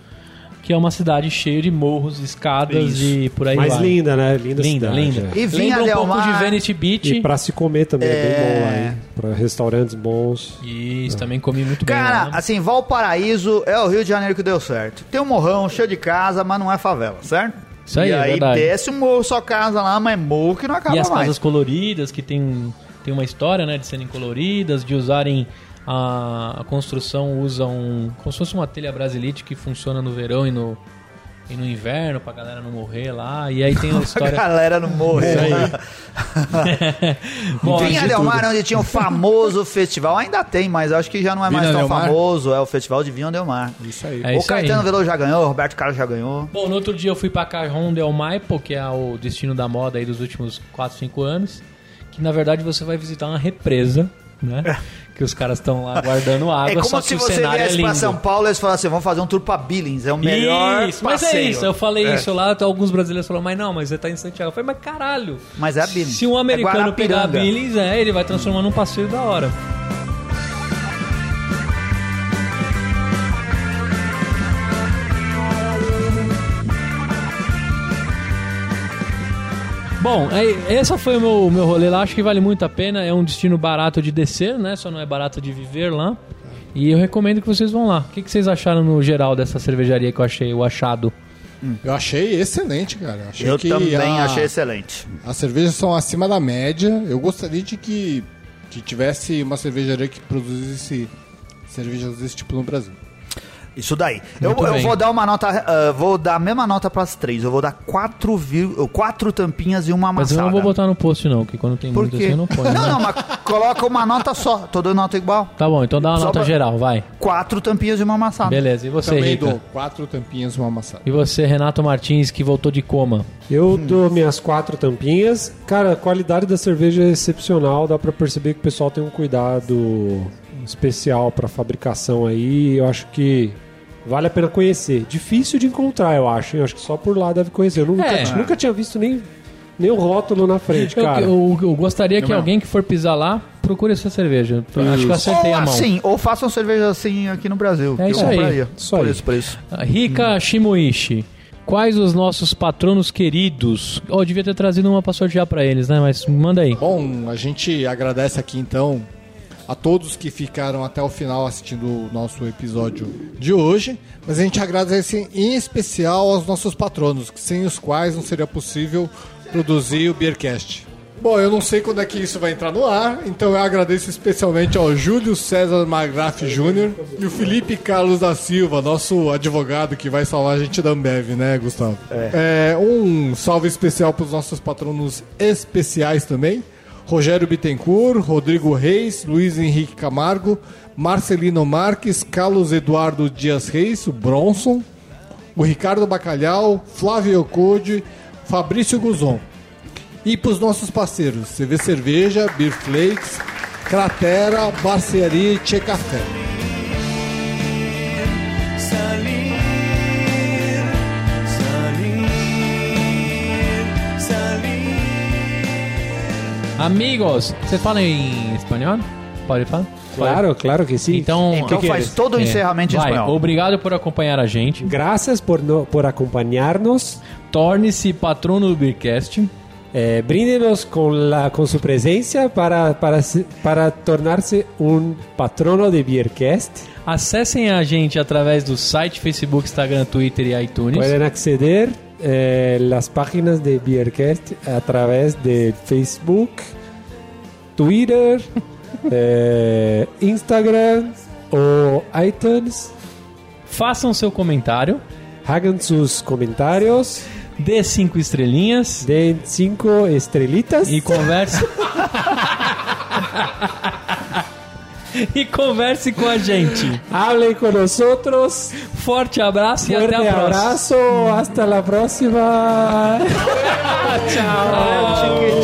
[SPEAKER 1] que é uma cidade cheia de morros, escadas e por aí
[SPEAKER 2] Mas
[SPEAKER 1] vai.
[SPEAKER 2] linda, né?
[SPEAKER 1] linda,
[SPEAKER 2] Linda, cidade,
[SPEAKER 1] linda.
[SPEAKER 2] é.
[SPEAKER 3] E Vinha
[SPEAKER 1] Lembra um
[SPEAKER 3] Del
[SPEAKER 1] pouco
[SPEAKER 3] Mar-
[SPEAKER 1] de Venice Beach.
[SPEAKER 2] E pra se comer também é, bem bom lá,
[SPEAKER 3] É.
[SPEAKER 2] hein? Pra restaurantes bons.
[SPEAKER 1] Isso, também comi muito
[SPEAKER 3] Cara,
[SPEAKER 1] bem. né? lá.
[SPEAKER 3] assim, Valparaíso é o Rio de Janeiro que deu certo. Tem um morrão cheio de casa, mas não é favela, certo?
[SPEAKER 1] Isso aí,
[SPEAKER 3] e
[SPEAKER 1] é
[SPEAKER 3] aí
[SPEAKER 1] verdade.
[SPEAKER 3] desce um morro só casa lá, mas morro que não acaba
[SPEAKER 1] E as
[SPEAKER 3] mais.
[SPEAKER 1] casas coloridas, que tem, tem uma história, né, de serem coloridas, de usarem a, a construção, usam como se fosse uma telha brasilite que funciona no verão e no, e no inverno, pra galera não morrer lá. E aí tem a
[SPEAKER 3] A
[SPEAKER 1] história...
[SPEAKER 3] galera não morre.
[SPEAKER 1] Bom,
[SPEAKER 3] Vinha Del Mar, onde tinha o famoso festival. Ainda tem, mas eu acho que já não é mais
[SPEAKER 4] Vinha
[SPEAKER 3] tão
[SPEAKER 4] Del Mar?
[SPEAKER 3] famoso. É o festival de Vinha Del Mar.
[SPEAKER 4] Isso aí.
[SPEAKER 1] é
[SPEAKER 3] o
[SPEAKER 1] isso aí.
[SPEAKER 3] Caetano Veloso já ganhou, o Roberto Carlos já ganhou.
[SPEAKER 1] Bom, no outro dia eu fui pra Cajon del Maipo, que é o destino da moda aí dos últimos 4, 5 anos, que na verdade você vai visitar uma represa, né? Que os caras estão lá guardando água,
[SPEAKER 3] É como
[SPEAKER 1] só que
[SPEAKER 3] se
[SPEAKER 1] o
[SPEAKER 3] você
[SPEAKER 1] cenário é
[SPEAKER 3] viesse
[SPEAKER 1] lindo.
[SPEAKER 3] pra São Paulo e eles falassem, vamos fazer um tour pra Billings, é o melhor
[SPEAKER 1] isso, mas
[SPEAKER 3] passeio.
[SPEAKER 1] é isso, eu falei isso lá, até alguns brasileiros falaram, mas não, mas você tá em Santiago. Eu falei, mas caralho,
[SPEAKER 3] Mas é a Billings.
[SPEAKER 1] se um
[SPEAKER 3] É
[SPEAKER 1] americano pegar a
[SPEAKER 3] Guarapiranga.
[SPEAKER 1] Billings, é, ele vai transformar num passeio da hora. Bom, é, essa foi o meu, meu rolê lá. Acho que vale muito a pena. É um destino barato de descer, né? Só não é barato de viver lá. E eu recomendo que vocês vão lá. O que, que vocês acharam no geral dessa cervejaria que eu achei, o achado?
[SPEAKER 4] Eu achei excelente, cara. Achei
[SPEAKER 3] Eu
[SPEAKER 4] que
[SPEAKER 3] também
[SPEAKER 4] a-
[SPEAKER 3] achei excelente.
[SPEAKER 4] As cervejas são acima da média. Eu gostaria de que, que tivesse uma cervejaria que produzisse cervejas desse tipo no Brasil.
[SPEAKER 3] Isso daí. Eu,
[SPEAKER 1] Muito
[SPEAKER 3] eu
[SPEAKER 1] bem.
[SPEAKER 3] vou dar uma nota, ah, vou dar a mesma nota pras três. Eu vou dar quatro, vir, quatro tampinhas e uma
[SPEAKER 1] Mas
[SPEAKER 3] amassada.
[SPEAKER 1] eu não vou botar no post, não, que quando tem
[SPEAKER 3] Por
[SPEAKER 1] muito assim
[SPEAKER 3] quê?
[SPEAKER 1] eu não ponho.
[SPEAKER 3] não,
[SPEAKER 1] né?
[SPEAKER 3] não, mas coloca uma nota só. Tô dando nota igual.
[SPEAKER 1] Tá bom, então dá uma
[SPEAKER 3] Só
[SPEAKER 1] nota
[SPEAKER 3] pra-
[SPEAKER 1] geral, vai.
[SPEAKER 3] Quatro tampinhas e uma amassada.
[SPEAKER 1] Beleza, e você,
[SPEAKER 4] também
[SPEAKER 1] Rica?
[SPEAKER 4] dou quatro tampinhas e uma amassada.
[SPEAKER 1] E você, Renato Martins, que voltou de coma.
[SPEAKER 2] Eu dou minhas quatro tampinhas. Cara, a qualidade da cerveja é excepcional. Dá pra perceber que o pessoal tem um cuidado especial pra fabricação aí. Eu acho que vale a pena conhecer. Difícil de encontrar, eu acho. hein? Eu acho que só por lá deve conhecer. Eu nunca,
[SPEAKER 1] É.
[SPEAKER 2] nunca tinha visto nem, nem o rótulo na frente,
[SPEAKER 1] Eu,
[SPEAKER 2] cara.
[SPEAKER 1] eu- eu gostaria
[SPEAKER 4] é.
[SPEAKER 1] que alguém que for pisar lá procure essa cerveja. Acho que eu acertei
[SPEAKER 3] ou
[SPEAKER 1] a mão.
[SPEAKER 3] assim, ou façam cerveja assim aqui no Brasil.
[SPEAKER 1] É
[SPEAKER 3] que
[SPEAKER 1] isso
[SPEAKER 3] eu
[SPEAKER 1] aí,
[SPEAKER 3] compraria.
[SPEAKER 2] isso
[SPEAKER 3] Por
[SPEAKER 2] aí.
[SPEAKER 3] esse preço.
[SPEAKER 1] Rica Shimoishi, quais os nossos patronos queridos? Oh, eu devia ter trazido uma pra sortear pra eles, né? Mas manda aí.
[SPEAKER 4] Bom, a gente agradece aqui então a todos que ficaram até o final assistindo o nosso episódio de hoje, mas a gente agradece em especial aos nossos patronos, que sem os quais não seria possível produzir o Beercast. Bom, eu não sei quando é que isso vai entrar no ar, então eu agradeço especialmente ao Júlio César Magraf Júnior e o Felipe Carlos da Silva, nosso advogado que vai salvar a gente da Ambev, né, Gustavo? É, um salve especial para os nossos patronos especiais também. Rogério Bittencourt, Rodrigo Reis, Luiz Henrique Camargo, Marcelino Marques, Carlos Eduardo Dias Reis, o Bronson, o Ricardo Bacalhau, Flávio Code, Fabrício Guzon. E para os nossos parceiros, CV Cerveja, Beer Flakes, Cratera, Barcearia e Tchê Café.
[SPEAKER 5] Salir, salir, salir.
[SPEAKER 1] Amigos, você fala em espanhol? Pode falar?
[SPEAKER 2] Claro, claro que sim.
[SPEAKER 1] Então,
[SPEAKER 3] Então faz todo o
[SPEAKER 1] É,
[SPEAKER 3] encerramento em
[SPEAKER 1] vai.
[SPEAKER 3] espanhol.
[SPEAKER 1] Obrigado por acompanhar a gente.
[SPEAKER 2] Graças por, no- por acompanhar-nos.
[SPEAKER 1] Torne-se patrono do Beercast.
[SPEAKER 2] Eh, bríndenos con, la, con su presencia para, para, se- para tornarse un patrono de Beercast.
[SPEAKER 1] Acessem a gente através do site, Facebook, Instagram, Twitter e iTunes.
[SPEAKER 2] Pueden acceder eh, las páginas de Beercast a través de Facebook, Twitter, eh, Instagram o iTunes.
[SPEAKER 1] Façam seu comentário,
[SPEAKER 2] Hagan sus comentarios,
[SPEAKER 1] dê cinco estrelinhas
[SPEAKER 2] den cinco estrelitas
[SPEAKER 1] e converse. e converse com a gente.
[SPEAKER 2] hablen con nosotros.
[SPEAKER 1] Forte abraço e
[SPEAKER 2] Fuerte
[SPEAKER 1] até a próxima.
[SPEAKER 2] abrazo, hasta la próxima.
[SPEAKER 1] Tchau.